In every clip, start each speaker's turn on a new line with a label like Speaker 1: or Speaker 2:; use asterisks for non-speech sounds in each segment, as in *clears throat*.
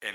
Speaker 1: En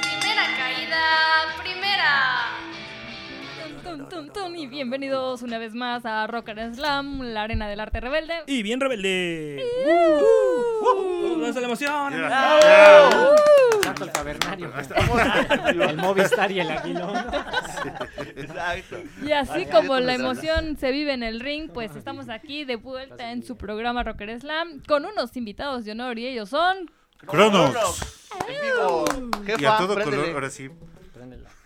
Speaker 2: Primera caída, primera. Tun, tun, tun, tun, y bienvenidos una vez más a Rocker Slam, la arena del arte rebelde.
Speaker 3: Y bien rebelde. ¿Dónde está la emoción?
Speaker 4: Exacto, el cavernario. el *laughs* Movistar y el Aquilón.
Speaker 5: Exacto.
Speaker 2: Y así como la *laughs* emoción se vive en el ring, pues estamos aquí de vuelta en su programa Rocker Slam con unos invitados de honor y ellos son
Speaker 6: Cronos.
Speaker 5: En vivo. Jefa,
Speaker 6: Y a todo
Speaker 5: préndele.
Speaker 6: color, ahora sí.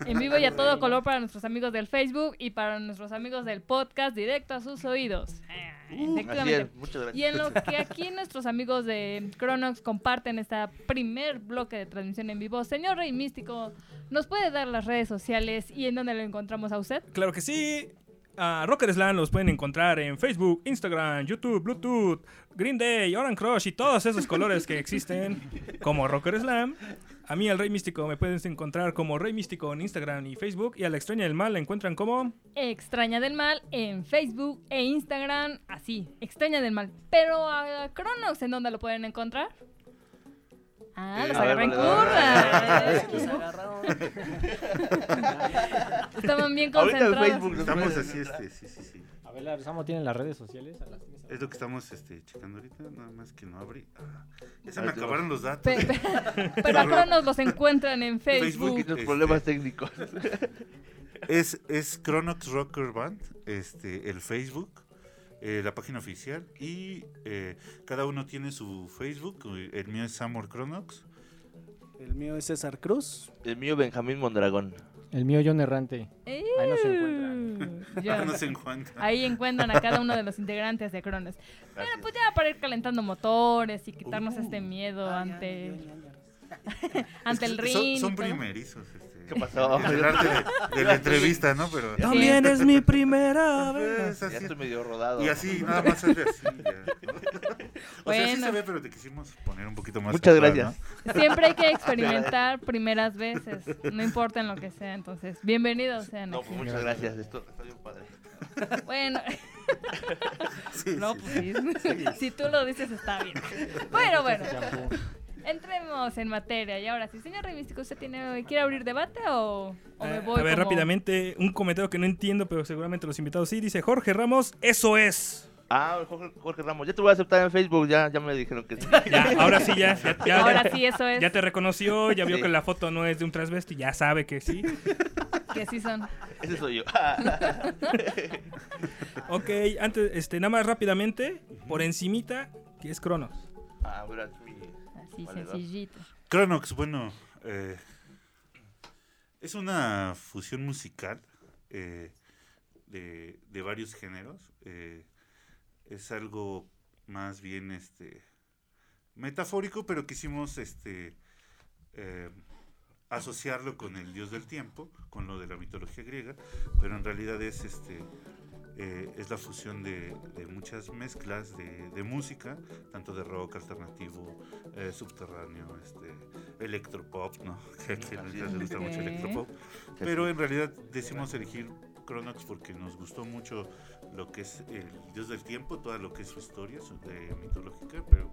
Speaker 2: en vivo y a todo color para nuestros amigos del Facebook y para nuestros amigos del podcast directo a sus oídos. Ah,
Speaker 5: Uh, Así
Speaker 2: Efectivamente.
Speaker 5: es, muchas gracias.
Speaker 2: Y en lo que aquí nuestros amigos de Cronox comparten este primer bloque de transmisión en vivo, señor Rey Místico, ¿nos puede dar las redes sociales y en dónde lo encontramos a usted?
Speaker 3: Claro que sí. A Rocker Slam los pueden encontrar en Facebook, Instagram, YouTube, Bluetooth, Green Day, Orange Crush y todos esos colores que existen como Rocker Slam. A mí, al Rey Místico, me pueden encontrar como Rey Místico en Instagram y Facebook. Y a la extraña del mal la encuentran como.
Speaker 2: Extraña del Mal en Facebook e Instagram, así, Extraña del Mal. Pero a Cronox, ¿en dónde lo pueden encontrar? Ah,
Speaker 5: Eh,
Speaker 2: los
Speaker 5: a ver,
Speaker 2: agarré en
Speaker 5: vale,
Speaker 2: *laughs*
Speaker 5: vale,
Speaker 2: curva. eh.
Speaker 5: *laughs*
Speaker 2: Estaban bien
Speaker 5: Ahorita en
Speaker 2: concentrados.
Speaker 5: Facebook nos
Speaker 6: Estamos
Speaker 5: pueden
Speaker 6: así,
Speaker 5: encontrar.
Speaker 6: este, sí, sí, sí.
Speaker 4: Abel Arzamo tiene las redes sociales. a las tienes a
Speaker 6: Es
Speaker 4: las-
Speaker 6: lo que estamos este, checando ahorita, nada más que no abrí. Ah, ya se
Speaker 5: Ahí
Speaker 6: me
Speaker 5: te va.
Speaker 6: acabaron los datos. *laughs*
Speaker 2: Pe- pe- pero a Cronos los encuentran en
Speaker 6: Facebook.
Speaker 2: Facebook.
Speaker 5: Y los
Speaker 6: Este.
Speaker 5: problemas técnicos.
Speaker 6: *laughs* Es, es Cronox Rocker Band, este, el Facebook, eh, la página oficial y eh, cada uno tiene su Facebook. El mío es Samor Cronox.
Speaker 7: El mío es César Cruz.
Speaker 5: El mío Benjamín Mondragón.
Speaker 4: El mío John Errante. Ahí no se
Speaker 2: encuentran.
Speaker 6: *laughs* No se encuentra.
Speaker 2: eh. Ahí encuentran a cada uno de los integrantes de Cronos. Bueno, pues ya para ir calentando motores y quitarnos este miedo ante, *laughs* ante
Speaker 6: Es
Speaker 2: el
Speaker 6: que
Speaker 2: ring.
Speaker 6: Son,
Speaker 2: y
Speaker 6: son *laughs*
Speaker 2: todo.
Speaker 6: primerizos. Este,
Speaker 5: ¿Qué pasó?
Speaker 6: Es el arte de,
Speaker 5: *laughs*
Speaker 6: de la entrevista, ¿no? Pero.
Speaker 8: También es mi primera vez.
Speaker 6: Es
Speaker 5: Ya
Speaker 6: así.
Speaker 5: estoy medio rodado.
Speaker 6: Y así, nada más es de así. ya. *laughs* O sea, sí
Speaker 2: Bueno.
Speaker 6: se ve, pero te quisimos poner un poquito más.
Speaker 5: Muchas
Speaker 6: actual,
Speaker 5: gracias.
Speaker 6: ¿no?
Speaker 2: Siempre hay que experimentar primeras veces, no importa en lo que sea. Entonces, bienvenidos sean.
Speaker 5: No,
Speaker 2: aquí.
Speaker 5: pues muchas gracias. Esto está bien padre.
Speaker 2: Bueno,
Speaker 6: Sí,
Speaker 2: no,
Speaker 6: sí.
Speaker 2: pues sí. *laughs* Si tú lo dices, está bien. Bueno, bueno. Entremos en materia. Y ahora sí, señor Revístico, ¿usted tiene, quiere abrir debate o, o me
Speaker 3: Eh,
Speaker 2: voy?
Speaker 3: a ver,
Speaker 2: como-
Speaker 3: rápidamente, un comentario que no entiendo, pero seguramente los invitados sí. Dice Jorge Ramos, eso es.
Speaker 5: Ah, Jorge, Jorge Ramos. Ya te voy a aceptar en Facebook. Ya, ya me dijeron que sí.
Speaker 3: *laughs* Ya, ahora sí, ya. ya, ya-
Speaker 2: Ahora
Speaker 3: ya-
Speaker 2: sí, eso es.
Speaker 3: Ya te reconoció, ya vio
Speaker 5: Sí.
Speaker 3: que la foto no es de un transvesti, ya sabe que sí.
Speaker 2: Que sí son.
Speaker 5: Ese soy yo.
Speaker 3: *laughs* Ok, antes, este, nada más rápidamente, por encimita, que es Cronos.
Speaker 5: ah, mira, es mi-
Speaker 2: Así,
Speaker 5: Vale, va.
Speaker 2: sencillito.
Speaker 6: Cronox, bueno, eh, es una fusión musical eh, de, de varios géneros. eh, es algo más bien este metafórico, pero quisimos este eh, asociarlo con el dios del tiempo, con lo de la mitología griega, pero en realidad es este eh, es la fusión de, de muchas mezclas de, de música, tanto de rock alternativo, eh, subterráneo, este, electropop, ¿no? *laughs* Que a quien le gusta
Speaker 1: Ok.
Speaker 6: mucho electropop. Pero en realidad decimos elegir Cronox porque nos gustó mucho lo que es el dios del tiempo, toda lo que es su historia su- de mitológica, pero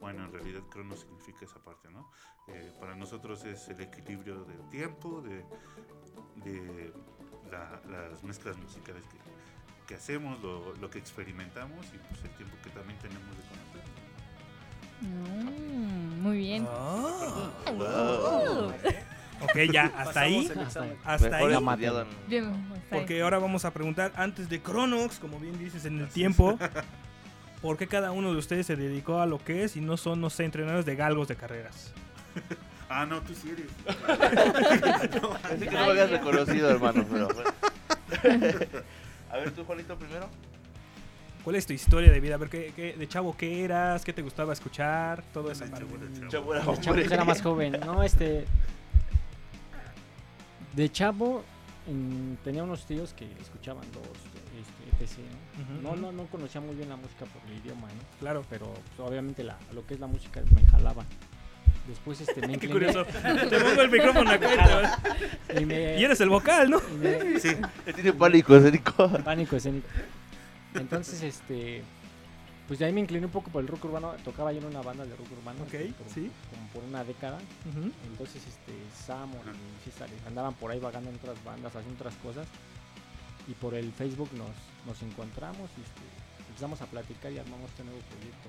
Speaker 6: bueno, en realidad Cronos significa esa parte, ¿no? Eh, para nosotros es el equilibrio del tiempo, de, de la- las mezclas musicales que, que hacemos, lo, lo que experimentamos y pues el tiempo que también tenemos de conocer.
Speaker 2: Mm, muy bien.
Speaker 3: wow. Oh. Ok, ya, hasta ahí. Hasta ahí.
Speaker 2: Bien, hasta ahí.
Speaker 3: Porque ahora vamos a preguntar antes de Cronox, como bien dices en el
Speaker 4: *laughs*
Speaker 3: tiempo, ¿por qué cada uno de ustedes se dedicó a lo que es y no son, no sé, entrenadores de galgos de carreras?
Speaker 6: Ah, no, tú sí eres.
Speaker 5: Así que no me habías reconocido, hermano. Pero,
Speaker 4: *laughs*
Speaker 5: a ver, tú, Juanito, primero.
Speaker 3: ¿Cuál es tu historia de vida? A ver, ¿qué, qué- de chavo qué eras? ¿Qué te gustaba escuchar? Todo eso.
Speaker 5: Chavo era
Speaker 4: El chavo
Speaker 5: hombre.
Speaker 4: era más joven, ¿no? Este. De chavo mm, tenía unos tíos que escuchaban los este, ETC, ¿no?
Speaker 3: Ujú,
Speaker 4: no,
Speaker 3: ujú.
Speaker 4: no, no conocía muy bien la música por el idioma, ¿no?
Speaker 3: Claro.
Speaker 4: Pero pues, obviamente la, lo que es la música me jalaba. Después este
Speaker 3: *laughs*
Speaker 4: me
Speaker 3: Qué
Speaker 4: incliné-
Speaker 3: curioso. Te pongo el micrófono acá y te vas.
Speaker 4: Y, me-
Speaker 3: Y eres el vocal, ¿no?
Speaker 4: y me-
Speaker 3: Sí,
Speaker 5: te tiene pánico escénico.
Speaker 4: Pánico escénico. Entonces, este. Pues de ahí me incliné un poco por el rock urbano. Tocaba yo en una banda de rock urbano.
Speaker 3: Ok,
Speaker 4: por-
Speaker 3: sí.
Speaker 4: Como por una década.
Speaker 3: Ujú.
Speaker 4: Entonces, este. Samo y César andaban por ahí vagando en otras bandas, haciendo otras cosas. Y por el Facebook nos, nos encontramos y este, empezamos a platicar y armamos este nuevo proyecto.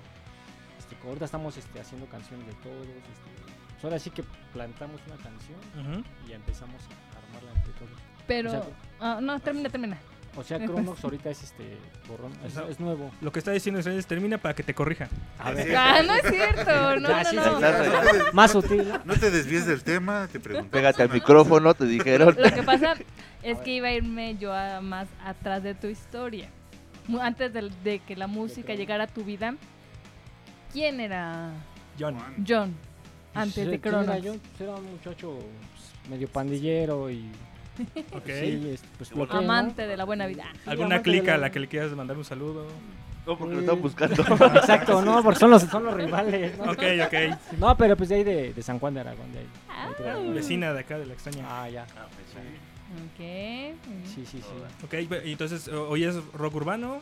Speaker 4: Este, ahorita estamos este, haciendo canciones de todos. Este, pues ahora sí que plantamos una canción
Speaker 3: Ujú.
Speaker 4: y empezamos a armarla entre todos.
Speaker 2: Pero.
Speaker 4: O sea,
Speaker 2: ah, no, termina, termina.
Speaker 4: o sea, Cronox ahorita es este borrón, es, es nuevo.
Speaker 3: Lo que está diciendo Israel termina para que te corrija.
Speaker 4: A
Speaker 3: ver.
Speaker 2: Ah, no es cierto. No,
Speaker 4: Ya, sí,
Speaker 2: no,
Speaker 4: sí,
Speaker 2: no.
Speaker 4: claro. *laughs* Más sutil.
Speaker 6: No te desvíes del tema, te preguntamos.
Speaker 5: Pégate al micrófono, te dijeron.
Speaker 2: Lo
Speaker 5: *laughs*
Speaker 2: que pasa es que iba a irme yo a- más atrás de tu historia. Mu- Antes del- de, que la música llegara a tu vida, ¿quién era
Speaker 3: John.
Speaker 2: John? Antes de
Speaker 4: Cronox
Speaker 2: Cronos.
Speaker 4: Yo pues, era un muchacho pues, medio pandillero y.
Speaker 2: *laughs*
Speaker 3: Ok.
Speaker 4: Sí, es- pues, lo que, ¿no?
Speaker 2: Amante de la buena vida.
Speaker 3: ¿Alguna clica a la que le quieras mandar un saludo?
Speaker 5: No, porque lo estaba buscando.
Speaker 3: *laughs*
Speaker 4: Mm. *laughs* Exacto, no, porque son los, son los rivales. ¿no?
Speaker 3: Ok, ok. Ah.
Speaker 4: No, pero pues de ahí de, de San Juan de Aragón, de ahí.
Speaker 3: Vecina de acá, de la extraña.
Speaker 4: Ah, ya.
Speaker 2: Ok.
Speaker 4: Sí, sí, sí.
Speaker 3: Ok, y entonces, o- ¿hoy es rock urbano?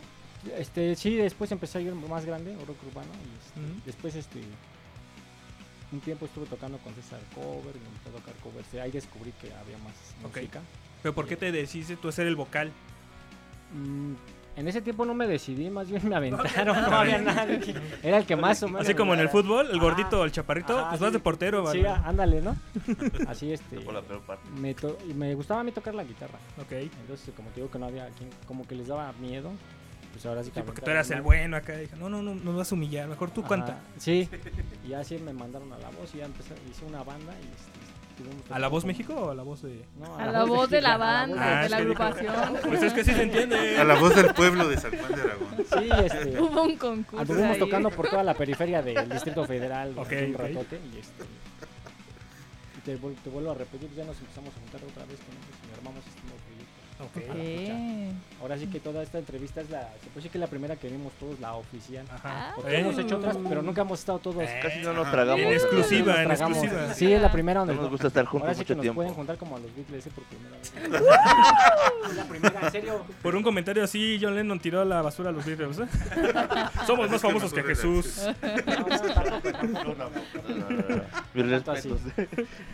Speaker 4: Este, sí, después empecé a ir más grande, o rock urbano, y este,
Speaker 3: Ujú.
Speaker 4: después este un tiempo estuve tocando con César Cover, me empecé a tocar covers, ahí descubrí que había más
Speaker 3: Ok.
Speaker 4: música.
Speaker 3: ¿Pero por qué te decidiste tú hacer el vocal?
Speaker 4: Mm, En ese tiempo no me decidí, más bien me aventaron, no había nadie. Era el que más o menos.
Speaker 3: Así como en el
Speaker 4: me-
Speaker 3: fútbol, el gordito, el chaparrito,
Speaker 4: Ajá,
Speaker 3: pues vas
Speaker 4: sí.
Speaker 3: de portero,
Speaker 4: Sí,
Speaker 3: ¿vale?
Speaker 4: á-
Speaker 3: *laughs*
Speaker 4: ándale, ¿no? Así este.
Speaker 5: Tocó la peor parte.
Speaker 4: Me, to- y me gustaba a mí tocar la guitarra.
Speaker 3: Ok.
Speaker 4: Entonces, como te digo que no había quien, como que les daba miedo. Pues ahora sí que.
Speaker 3: Sí, porque tú
Speaker 4: aventaron
Speaker 3: eras el
Speaker 4: más.
Speaker 3: bueno acá. Dije, no, no, no, nos vas a humillar. Mejor tú
Speaker 4: Ajá,
Speaker 3: canta.
Speaker 4: Sí. Y así me mandaron a la voz y ya empecé, hice una banda y este, estuvimos
Speaker 3: ¿A la voz
Speaker 4: tocando
Speaker 3: México o a la voz de.?
Speaker 4: No,
Speaker 2: A la voz de la banda,
Speaker 3: Ah,
Speaker 2: de
Speaker 3: es
Speaker 2: la
Speaker 3: que dijo-
Speaker 2: agrupación.
Speaker 3: Pues es que sí se entiende.
Speaker 6: A la voz del pueblo de San Juan de Aragón.
Speaker 4: Sí, este.
Speaker 2: Hubo un concurso
Speaker 4: Anduvimos
Speaker 2: ahí.
Speaker 4: tocando por toda la periferia del Distrito Federal durante
Speaker 3: Ok,
Speaker 4: un
Speaker 3: ok.
Speaker 4: ratote y este. y te, vuel- te vuelvo a repetir, ya nos empezamos a juntar otra vez con ellos y armamos este nuevo
Speaker 3: Ok.
Speaker 4: proyecto. A la fecha. Ahora sí que toda esta entrevista es la, se puede decir que es la primera que vimos todos, la oficial.
Speaker 3: Ajá.
Speaker 4: Porque hemos hecho otras, pero nunca hemos estado todos.
Speaker 5: Casi no nos tragamos.
Speaker 4: En exclusiva, en exclusiva. Sí, es la primera donde
Speaker 5: No nos gusta estar juntos
Speaker 4: Ahora sí
Speaker 5: mucho
Speaker 4: que nos
Speaker 5: tiempo.
Speaker 4: pueden juntar como a los Beatles ¿eh? por primera vez.
Speaker 5: *laughs*
Speaker 4: la
Speaker 3: primera,
Speaker 4: en serio.
Speaker 3: Por un comentario así, John Lennon tiró a la basura a los Beatles.
Speaker 4: *laughs*
Speaker 3: ¿eh? Somos más famosos que Jesús.
Speaker 5: Mis respetos.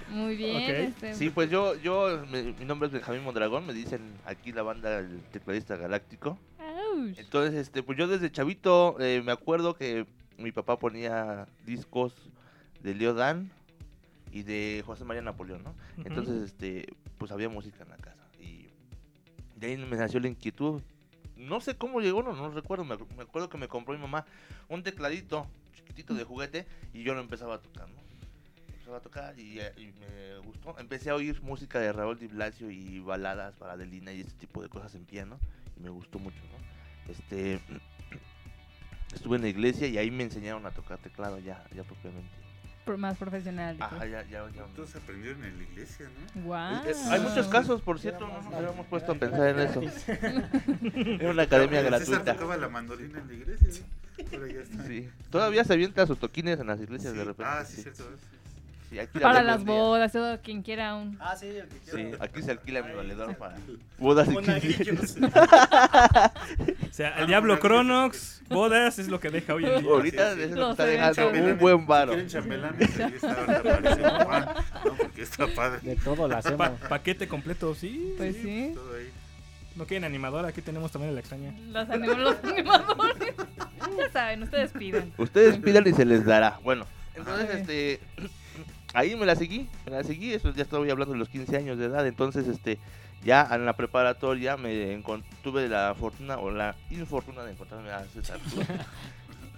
Speaker 2: Muy bien.
Speaker 5: Ok.
Speaker 2: este,
Speaker 5: Sí, pues yo, yo, me- mi nombre es Benjamín Mondragón, me dicen aquí la banda el tecladista galáctico.
Speaker 2: Ouch.
Speaker 5: Entonces, este, pues yo desde chavito eh, me acuerdo que mi papá ponía discos de Leo Dan y de José María Napoleón, ¿no?
Speaker 3: Ujú.
Speaker 5: Entonces, este, pues había música en la casa y de ahí me nació la inquietud. No sé cómo llegó, no, no recuerdo, me, ac- me acuerdo que me compró mi mamá un tecladito chiquitito de juguete y yo lo empezaba a
Speaker 6: Ah,
Speaker 5: tocar, ¿no? empezaba a tocar y, eh, y me gustó. Empecé a oír música de Raúl Di Blasio y baladas para Adelina y este tipo de cosas en piano y me gustó mucho, ¿no? Este *clears throat* estuve en la iglesia y ahí me enseñaron a tocar teclado ya, ya propiamente.
Speaker 2: Por- Más profesional.
Speaker 5: Ajá,
Speaker 4: pues.
Speaker 5: ya, ya, ya.
Speaker 6: Todos aprendieron en la iglesia, ¿no?
Speaker 2: Guau.
Speaker 5: Es- Hay muchos casos, por cierto, no nos habíamos puesto a pensar en
Speaker 6: *laughs*
Speaker 5: eso. Era una academia
Speaker 6: César
Speaker 5: gratuita.
Speaker 6: tocaba la mandolina en la iglesia, ¿no? Pero ya está.
Speaker 5: Sí. Todavía se avientan sus toquines en las iglesias de repente.
Speaker 6: Ah, sí,
Speaker 5: sí.
Speaker 6: cierto.
Speaker 5: Sí, hay que ir a
Speaker 2: Para
Speaker 5: verlo
Speaker 2: las
Speaker 5: un día.
Speaker 2: bodas, todo quien quiera un.
Speaker 9: Ah, sí, el que
Speaker 5: Sí, aquí se alquila mi valedor
Speaker 6: *laughs*
Speaker 5: para bodas
Speaker 3: Bodas
Speaker 5: y
Speaker 3: O sea, el Diablo Cronox, bodas es lo que deja hoy en día.
Speaker 5: Ahorita es lo que está dejando un buen varo. pues,
Speaker 6: *laughs*
Speaker 5: *laughs*
Speaker 4: De todo la hacemos.
Speaker 3: Pa- paquete completo, sí.
Speaker 2: Pues sí.
Speaker 3: No quieren animadora, aquí tenemos también a la extraña.
Speaker 2: Los anim- los animadores. *laughs* ya saben, ustedes piden.
Speaker 5: *laughs* Ustedes pidan y se les dará. Bueno, entonces este *clears throat* ahí me la seguí, me la seguí, eso ya estoy hablando de los 15 años de edad, entonces este ya en la preparatoria me encon- tuve la fortuna o la infortuna de encontrarme a
Speaker 10: *laughs*
Speaker 5: César Cruz.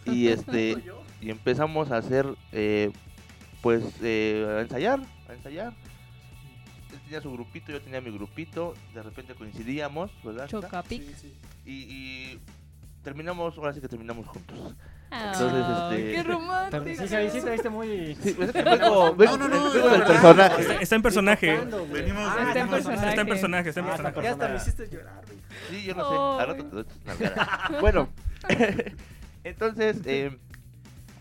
Speaker 5: *laughs* y este y empezamos a hacer eh, pues eh, a ensayar, a ensayar. Él tenía su grupito, yo tenía mi grupito, de repente coincidíamos, ¿verdad?
Speaker 2: Chocapic.
Speaker 5: Y, y terminamos, ahora sí que terminamos juntos.
Speaker 2: Ah,
Speaker 5: Entonces, este. *laughs*
Speaker 2: qué romántico.
Speaker 4: Sí, sí, sí, te viste muy...
Speaker 5: Sí, es que vengo- vengo- vengo del personaje.
Speaker 3: Está, está en personaje.
Speaker 4: tocando, güey.
Speaker 5: Venimos-
Speaker 4: Ah,
Speaker 3: está, en personaje. está en personaje. Está en
Speaker 4: Ah, está
Speaker 3: personaje.
Speaker 4: en Ya hasta me personaje.
Speaker 9: hiciste llorar, güey.
Speaker 5: Sí, yo no sé. Al rato te doy tus nalgadas.
Speaker 9: Ay.
Speaker 5: Bueno, *laughs* entonces, eh,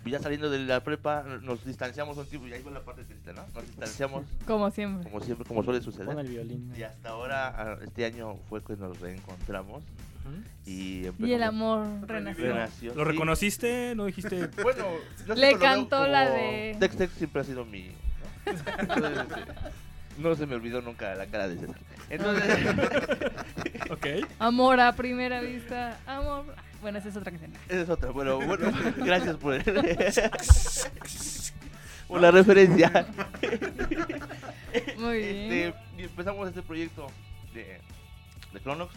Speaker 5: ya saliendo de la prepa, nos distanciamos un tiempo. Y ahí va la parte triste, ¿no? Nos distanciamos.
Speaker 2: Como siempre.
Speaker 5: Como siempre, como suele suceder.
Speaker 4: Pon el violín.
Speaker 5: Y hasta ahora, a- este año fue que nos reencontramos. Y,
Speaker 2: Y el
Speaker 5: empezamos-
Speaker 2: amor renació.
Speaker 5: Renació,
Speaker 3: ¿Lo
Speaker 5: sí.
Speaker 3: reconociste? ¿No
Speaker 4: Este,
Speaker 3: dijiste?
Speaker 5: *laughs* Bueno, yo
Speaker 2: Le
Speaker 5: siempre lo veo
Speaker 2: cantó la
Speaker 5: como-
Speaker 2: de-
Speaker 5: Tex Tex siempre ha sido mi. ¿no? Entonces, *laughs* este, no se me olvidó nunca la cara de César.
Speaker 2: *laughs*
Speaker 5: Entonces.
Speaker 3: ok.
Speaker 2: Amor a primera vista. Amor. Bueno, esa es otra canción.
Speaker 5: Esa es otra,
Speaker 2: *laughs*
Speaker 5: bueno, bueno, gracias por, por la referencia.
Speaker 2: *laughs* Muy bien.
Speaker 5: Este, y empezamos este proyecto de, de Cronox,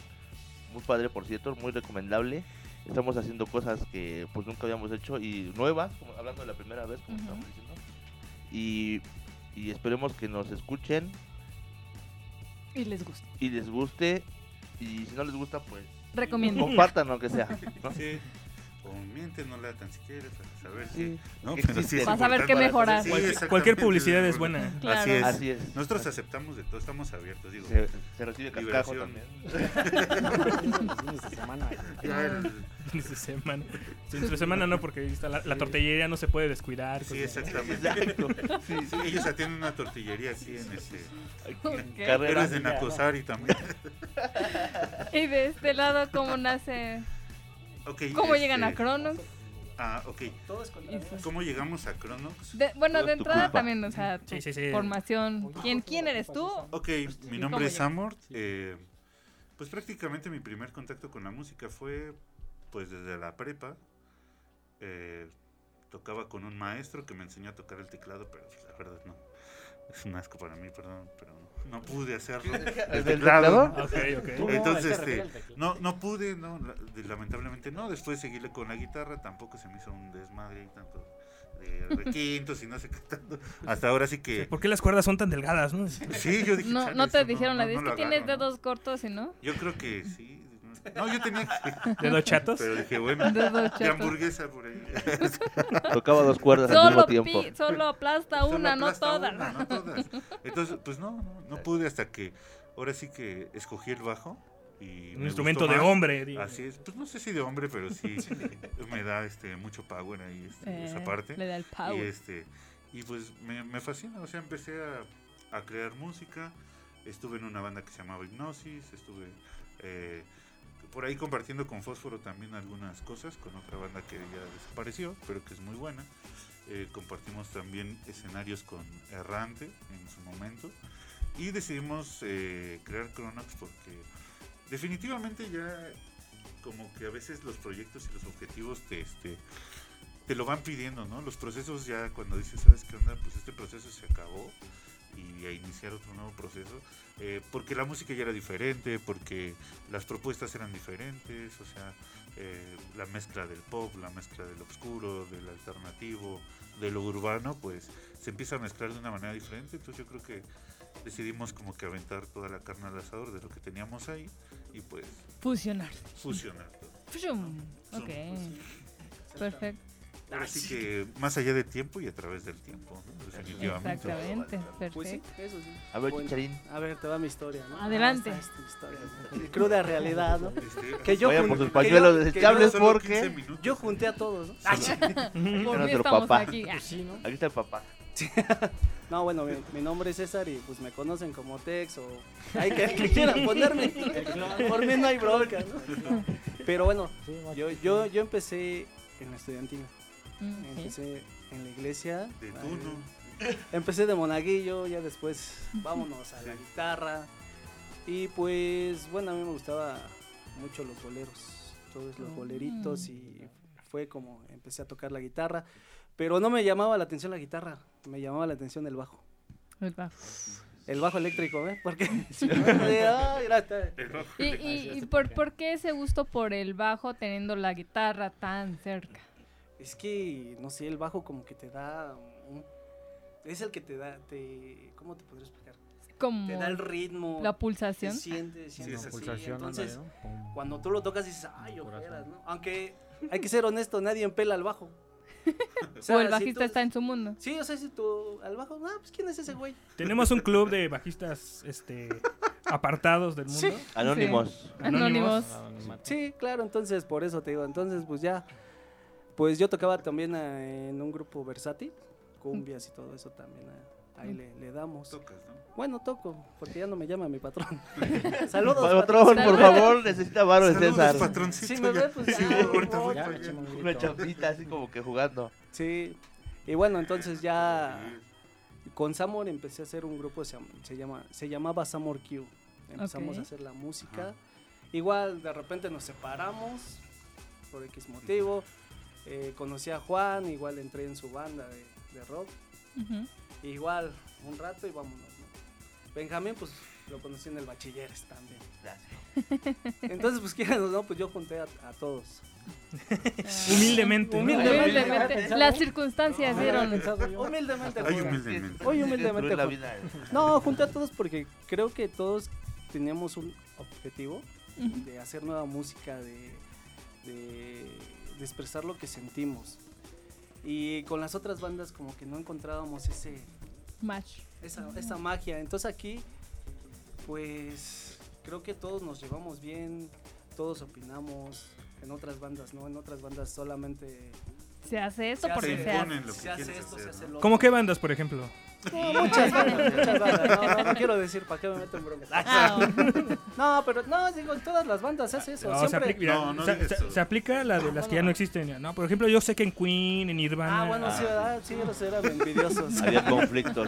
Speaker 5: muy padre por cierto, muy recomendable. Estamos haciendo cosas que pues nunca habíamos hecho y nuevas, como hablando de la primera vez, como estamos diciendo. Y, y esperemos que nos escuchen
Speaker 2: Y les gusta.
Speaker 5: y les guste. Y si no les gusta, pues
Speaker 2: Recomienden.
Speaker 5: compartan aunque sea. ¿no?
Speaker 6: *laughs* Sí. O mienten, no la tan siquiera para saber
Speaker 5: Sí.
Speaker 6: si. No,
Speaker 5: Que
Speaker 6: pero sí
Speaker 5: existe.
Speaker 6: es
Speaker 5: Vas a ver
Speaker 6: importante
Speaker 5: qué
Speaker 6: para saber.
Speaker 5: mejorar.
Speaker 6: Sí,
Speaker 5: Cualquier-
Speaker 6: exactamente.
Speaker 3: cualquier publicidad es buena.
Speaker 6: Así,
Speaker 3: Claro.
Speaker 6: es.
Speaker 3: Así es.
Speaker 6: Nosotros aceptamos de todo, estamos abiertos. Digo,
Speaker 5: Se- se recibe cascajo
Speaker 6: liberación.
Speaker 5: *laughs*
Speaker 4: Fines de semana.
Speaker 6: Ya el-
Speaker 3: Fines de semana. Sí, Entre semana no, porque ahí está la, la tortillería no se puede descuidar.
Speaker 6: *laughs* Sí,
Speaker 3: cosas así.
Speaker 6: exactamente. Sí, sí, ellos atienden una tortillería aquí en este.
Speaker 2: Ok.
Speaker 6: Carreras de Nacosari también. *laughs*
Speaker 2: Y de este lado, ¿cómo nace?
Speaker 6: Ok,
Speaker 2: ¿Cómo
Speaker 6: este,
Speaker 2: llegan a Cronos?
Speaker 6: Ah, ok. ¿Cómo llegamos a Cronox?
Speaker 2: De- bueno,
Speaker 6: Todo
Speaker 2: de
Speaker 6: tu
Speaker 2: entrada
Speaker 6: culpa.
Speaker 2: también, o sea, tu
Speaker 6: Sí, sí, sí.
Speaker 2: formación. ¿Quién, ¿Quién eres tú?
Speaker 6: Ok, mi
Speaker 2: ¿Y
Speaker 6: nombre
Speaker 2: cómo
Speaker 6: es
Speaker 2: llega?
Speaker 6: Amort. eh, pues prácticamente mi primer contacto con la música fue pues desde la prepa. Eh, tocaba con un maestro que me enseñó a tocar el teclado, pero pues, la verdad no. Es un asco para mí, perdón, pero no, no pude hacerlo.
Speaker 5: ¿El
Speaker 6: El
Speaker 5: teclado?
Speaker 6: teclado.
Speaker 5: Ok, ok. No,
Speaker 6: Entonces,
Speaker 5: es que refiere
Speaker 6: este,
Speaker 5: al teclado.
Speaker 6: no, no pude, no, la- de- lamentablemente no. Después seguirle con la guitarra, tampoco se me hizo un desmadre y tanto de requintos y no sé qué tanto. Hasta ahora sí que
Speaker 3: ¿Por qué las cuerdas son tan delgadas? No?
Speaker 6: Sí, yo dije,
Speaker 2: No,
Speaker 6: "Chale,
Speaker 2: no te
Speaker 6: esto
Speaker 2: dijeron la
Speaker 6: no
Speaker 2: de es
Speaker 6: lo
Speaker 2: que tienes
Speaker 6: agarro, ¿no?".
Speaker 2: dedos cortos y no.
Speaker 6: Yo creo que sí. No, yo
Speaker 2: *laughs*
Speaker 6: tenía que... *laughs*
Speaker 3: ¿Dedos chatos?
Speaker 6: Pero dije, bueno,
Speaker 2: Dedos
Speaker 6: de
Speaker 2: chatos.
Speaker 6: hamburguesa por
Speaker 2: *laughs*
Speaker 6: ahí.
Speaker 5: Tocaba dos cuerdas al
Speaker 2: Solo,
Speaker 5: mismo
Speaker 2: pi-
Speaker 5: tiempo.
Speaker 2: solo aplasta
Speaker 6: Solo
Speaker 2: una,
Speaker 6: aplasta
Speaker 2: no
Speaker 6: una,
Speaker 2: todas.
Speaker 6: no
Speaker 2: *laughs*
Speaker 6: todas. Entonces, pues no, no, no pude hasta que ahora sí que escogí el bajo. Y
Speaker 3: Un
Speaker 6: me
Speaker 3: instrumento
Speaker 6: gustó
Speaker 3: de
Speaker 6: más.
Speaker 3: hombre, digo.
Speaker 6: Así es. Pues no sé si de hombre,
Speaker 3: *laughs*
Speaker 6: pero sí me da este mucho power ahí este,
Speaker 2: Eh,
Speaker 6: esa parte.
Speaker 2: le da el power.
Speaker 6: Y, este, y pues me, me fascina. O sea, empecé a, a crear música. Estuve en una banda que se llamaba Hipnosis. Estuve eh, por ahí compartiendo con Fósforo también algunas cosas con otra banda que ya desapareció, pero que es muy buena. Eh, compartimos también escenarios con Errante en su momento. Y decidimos eh, crear Cronox porque definitivamente ya como que a veces los proyectos y los objetivos te, este, te lo van pidiendo, ¿no? Los procesos ya cuando dices, ¿sabes qué onda? Pues este proceso se acabó y a iniciar otro nuevo proceso. eh, porque la música ya era diferente, porque las propuestas eran diferentes, o sea, eh, la mezcla del pop, la mezcla del oscuro, del alternativo, de lo urbano, pues se empieza a mezclar de una manera diferente. Entonces yo creo que decidimos como que aventar toda la carne al asador de lo que teníamos ahí y pues
Speaker 2: Fusionarse.
Speaker 6: fusionar todo.
Speaker 2: Fusión. Ok. Perfecto.
Speaker 6: Ahora sí que más allá del tiempo y a través del tiempo, ¿no? definitivamente.
Speaker 2: Exactamente, perfecto.
Speaker 7: Pues sí, eso sí.
Speaker 6: A ver,
Speaker 7: Bueno,
Speaker 6: Chicharín.
Speaker 7: A ver, te va mi historia, ¿no?
Speaker 2: Adelante.
Speaker 7: Ah, esta es tu historia. Cruda realidad, ¿no?
Speaker 6: Este,
Speaker 7: Que yo
Speaker 5: Vaya
Speaker 7: jun-
Speaker 5: por sus
Speaker 7: que
Speaker 5: pañuelos
Speaker 7: yo- que
Speaker 5: desechables
Speaker 7: yo-
Speaker 5: porque...
Speaker 7: Yo junté a todos, ¿no? Pues Ay, sí.
Speaker 5: Era nuestro papá.
Speaker 4: ah,
Speaker 7: Ah,
Speaker 5: Aquí está el papá.
Speaker 7: No, bueno, mi, mi nombre es César y pues me conocen como Tex o... Hay que, que quieran ponerme. Por mí no hay bronca, ¿no? Pero bueno, yo, yo, yo empecé en la estudiantina.
Speaker 2: Mm, ok.
Speaker 7: Empecé en la iglesia.
Speaker 6: De
Speaker 7: eh, Empecé de monaguillo, ya después vámonos a la guitarra. Y pues, bueno, a mí me gustaba mucho los boleros, todos los
Speaker 2: Oh.
Speaker 4: Mm.
Speaker 7: boleritos y fue como empecé a tocar la guitarra. Pero no me llamaba la atención la guitarra, me llamaba la atención el bajo.
Speaker 2: El bajo.
Speaker 7: El bajo eléctrico, ¿eh? Porque *laughs*
Speaker 4: *laughs*
Speaker 7: si no, de, "Ah, mira, está".
Speaker 2: ¿Y, y- y por, por qué ese gusto por el bajo teniendo la guitarra tan cerca?
Speaker 7: Es que, no sé, el bajo como que te da... un- es el que te da, te, ¿cómo te podría explicar?
Speaker 2: Como
Speaker 7: te da el ritmo.
Speaker 2: la pulsación.
Speaker 7: Te sientes,
Speaker 4: Sí,
Speaker 7: sientes
Speaker 4: esa
Speaker 7: así,
Speaker 4: pulsación,
Speaker 7: Entonces,
Speaker 4: ándale, ¿no? Pum.
Speaker 7: cuando tú lo tocas dices, ay, ojeras, ¿no? Aunque, hay que ser honesto, nadie empela al
Speaker 2: *laughs*
Speaker 7: bajo. O sea,
Speaker 2: o el
Speaker 7: si
Speaker 2: bajista
Speaker 7: tú-
Speaker 2: está en su mundo.
Speaker 7: Sí, o sea, si tú al bajo, ah, pues ¿quién es ese güey?
Speaker 3: Tenemos un club de bajistas este, apartados del mundo.
Speaker 7: Sí. Anónimos.
Speaker 3: Anónimos.
Speaker 7: Sí, claro, entonces por eso te digo, entonces pues ya, pues yo tocaba también eh, en un grupo versátil, cumbias y todo eso también, eh, ahí le, le damos. Bueno, toco, porque ya no me llama mi
Speaker 5: *laughs*
Speaker 7: patrón. Saludos.
Speaker 5: Patrón, por favor, necesita varo de
Speaker 7: Saludos,
Speaker 5: César.
Speaker 7: patroncito, Si me ya. ve, pues, Sí, ya, ahorita voy voy para para allá. allá.
Speaker 5: Una chapita así como que jugando.
Speaker 7: Sí, y bueno, entonces ya con Samor empecé a hacer un grupo, se, llam- se llama, se llamaba Samor Q. Empezamos
Speaker 4: Ok.
Speaker 7: a hacer la música. Igual de repente nos separamos por X motivo. Eh, conocí a Juan, igual entré en su banda de, de rock. Igual un rato y vámonos. ¿no? Benjamín, pues lo conocí en el bachilleres también. Entonces, pues *laughs* quieran o no, pues yo junté a, a
Speaker 2: *laughs*
Speaker 7: todos.
Speaker 3: Humildemente, ¿no?
Speaker 2: Humildemente, las circunstancias dieron.
Speaker 7: Humildemente.
Speaker 3: Ay,
Speaker 7: Juan.
Speaker 3: humildemente.
Speaker 7: Ay, humildemente,
Speaker 5: La
Speaker 7: Juan.
Speaker 5: vida.
Speaker 7: No, junté a todos porque creo que todos teníamos un objetivo
Speaker 2: Ujú.
Speaker 7: de hacer nueva música, de, de, de expresar lo que sentimos. Y con las otras bandas como que no encontrábamos ese,
Speaker 2: Match.
Speaker 7: esa, esa magia. Entonces aquí, pues creo que todos nos llevamos bien, todos opinamos. En otras bandas, ¿no? En otras bandas solamente...
Speaker 2: Se hace esto
Speaker 7: Se
Speaker 2: porque
Speaker 7: hace-
Speaker 2: se hace.
Speaker 7: Ponen lo que
Speaker 2: Se hace
Speaker 7: quieres
Speaker 2: esto,
Speaker 7: hacer,
Speaker 2: se hace
Speaker 7: ¿no?
Speaker 2: lo
Speaker 3: ¿Cómo qué bandas, por ejemplo?
Speaker 7: No, muchas bandas, muchas bandas. No, no, no quiero decir, ¿para qué me meto en broncas?
Speaker 2: Ah,
Speaker 7: No, pero no, digo, en todas las bandas hace eso.
Speaker 3: No, se,
Speaker 7: siempre...
Speaker 3: aplica, mira, se- se- se aplica la de las que ya no existen. No, por ejemplo, yo sé que en Queen, en Nirvana.
Speaker 7: Ah, bueno, sí, ¿verdad? Sí, los eran envidiosos.
Speaker 3: Había conflictos.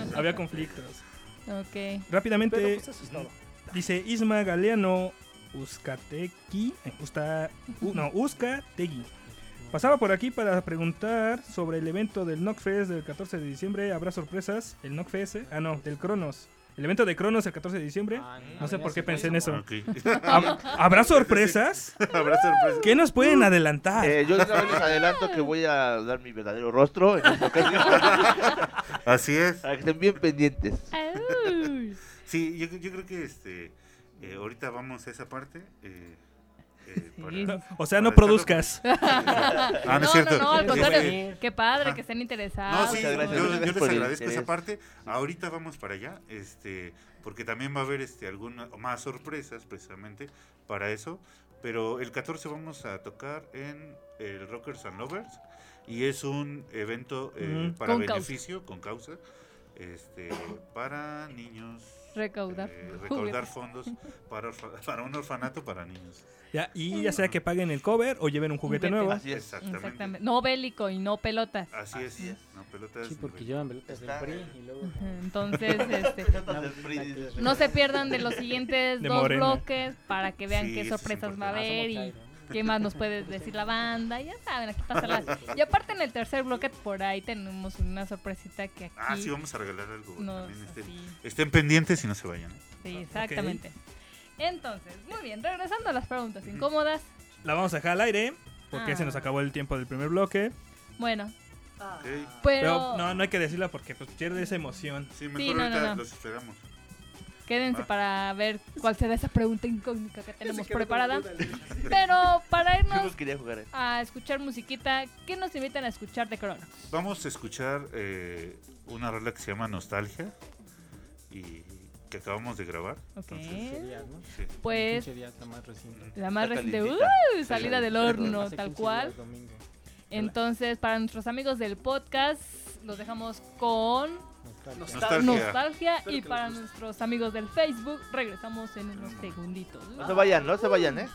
Speaker 2: Ok.
Speaker 3: ah, Rápidamente.
Speaker 2: Pero,
Speaker 3: *laughs*
Speaker 2: pues, eso es todo.
Speaker 3: Dice Isma Galeano Uzcategui. eh, Uzta- u- no, Uzcategui. Pasaba por aquí para preguntar sobre el evento del Knockfest del 14 de diciembre. ¿Habrá sorpresas? El Knockfest, eh? ah, no, del Cronos. El evento de Cronos el 14 de diciembre. no sé por qué pensé en eso. ¿Hab- *laughs* ¿Habrá sorpresas?
Speaker 6: Habrá sorpresas.
Speaker 3: pues, ¿Qué nos pueden adelantar?
Speaker 5: Eh, yo de una vez les adelanto que voy a dar mi verdadero rostro en
Speaker 3: *laughs*
Speaker 5: esta ocasión.
Speaker 6: Así es.
Speaker 5: Para que estén bien pendientes.
Speaker 6: Sí, yo, yo creo que este eh, ahorita vamos a esa parte. eh, eh, para-
Speaker 3: O sea, no
Speaker 6: para
Speaker 3: produzcas.
Speaker 2: *laughs*
Speaker 6: dejarlo- ah, no es cierto.
Speaker 2: no, al
Speaker 6: Este,
Speaker 2: contrario. Qué padre
Speaker 6: Ajá.
Speaker 2: que estén
Speaker 6: No,
Speaker 2: interesados.
Speaker 6: sí,
Speaker 5: gracias,
Speaker 6: yo,
Speaker 5: muchas
Speaker 6: yo
Speaker 5: gracias
Speaker 6: les
Speaker 5: por el
Speaker 6: agradezco esa
Speaker 5: interés.
Speaker 6: parte. Ahorita vamos para allá, este, porque también va a haber este algunas más sorpresas precisamente para eso. Pero el 14 vamos a tocar en el Rockers and Lovers y es un evento eh,
Speaker 3: Ujú.
Speaker 6: para
Speaker 2: Con causa.
Speaker 6: beneficio, con causa, este, para niños.
Speaker 2: Recaudar.
Speaker 6: eh, recaudar fondos para, orfa- *laughs* para un orfanato para niños.
Speaker 3: Ya, y ya sea que paguen el cover o lleven un juguete,
Speaker 2: Juguete.
Speaker 3: nuevo.
Speaker 6: Así es. Exactamente.
Speaker 2: Exactamente. No bélico y no pelotas.
Speaker 6: Así, es. No, pelotas.
Speaker 4: Sí, porque llevan pelotas del PRI y luego...
Speaker 6: *laughs*
Speaker 2: Entonces, este,
Speaker 4: La-
Speaker 2: no se pierdan de los siguientes
Speaker 4: De
Speaker 2: dos
Speaker 4: Morena.
Speaker 2: bloques para que vean
Speaker 4: Sí,
Speaker 2: qué
Speaker 4: eso es
Speaker 2: sorpresas va
Speaker 4: importante.
Speaker 2: a haber
Speaker 4: Ah,
Speaker 2: y
Speaker 4: somos
Speaker 2: qué más nos puede decir la banda. Ya saben, aquí
Speaker 6: *laughs*
Speaker 2: pasa la... Y aparte en el tercer bloque por ahí tenemos una sorpresita que aquí...
Speaker 6: Ah, sí, vamos a regalar algo.
Speaker 2: No,
Speaker 6: también, estén,
Speaker 2: sí.
Speaker 6: estén pendientes y no se vayan. ¿eh?
Speaker 2: Sí, exactamente. Entonces, muy bien, regresando a las preguntas incómodas.
Speaker 3: La vamos a dejar al aire porque
Speaker 2: Ah.
Speaker 3: se nos acabó el tiempo del primer bloque.
Speaker 2: Bueno,
Speaker 3: Pero...
Speaker 2: Pero-
Speaker 3: no, no hay que decirla porque pues, pierde esa emoción.
Speaker 6: Sí,
Speaker 2: mejor no, no, ahorita no.
Speaker 6: los esperamos.
Speaker 2: Quédense
Speaker 6: Va.
Speaker 2: para ver cuál será esa pregunta incógnita que tenemos
Speaker 5: quedó con
Speaker 2: preparada.
Speaker 5: duda, Luis.
Speaker 2: Pero para
Speaker 5: Yo
Speaker 2: irnos
Speaker 5: no quería jugar. eh.
Speaker 2: a escuchar musiquita, ¿qué nos invitan a escuchar de Corona?
Speaker 6: Vamos a escuchar eh, una rola que se llama Nostalgia y que acabamos de grabar.
Speaker 2: Ok.
Speaker 6: Sí.
Speaker 2: Pues
Speaker 4: la más reciente.
Speaker 2: la más
Speaker 6: Está
Speaker 2: reciente,
Speaker 6: calientita.
Speaker 2: ¡uh! salida del horno, tal cual. Entonces, para nuestros amigos del podcast, los dejamos con
Speaker 5: Nostalgia.
Speaker 2: nostalgia.
Speaker 5: Espero
Speaker 2: Y
Speaker 5: que
Speaker 2: para
Speaker 5: les
Speaker 2: nuestros amigos del Facebook, regresamos en unos segunditos.
Speaker 5: No se vayan, no se vayan, ¿eh?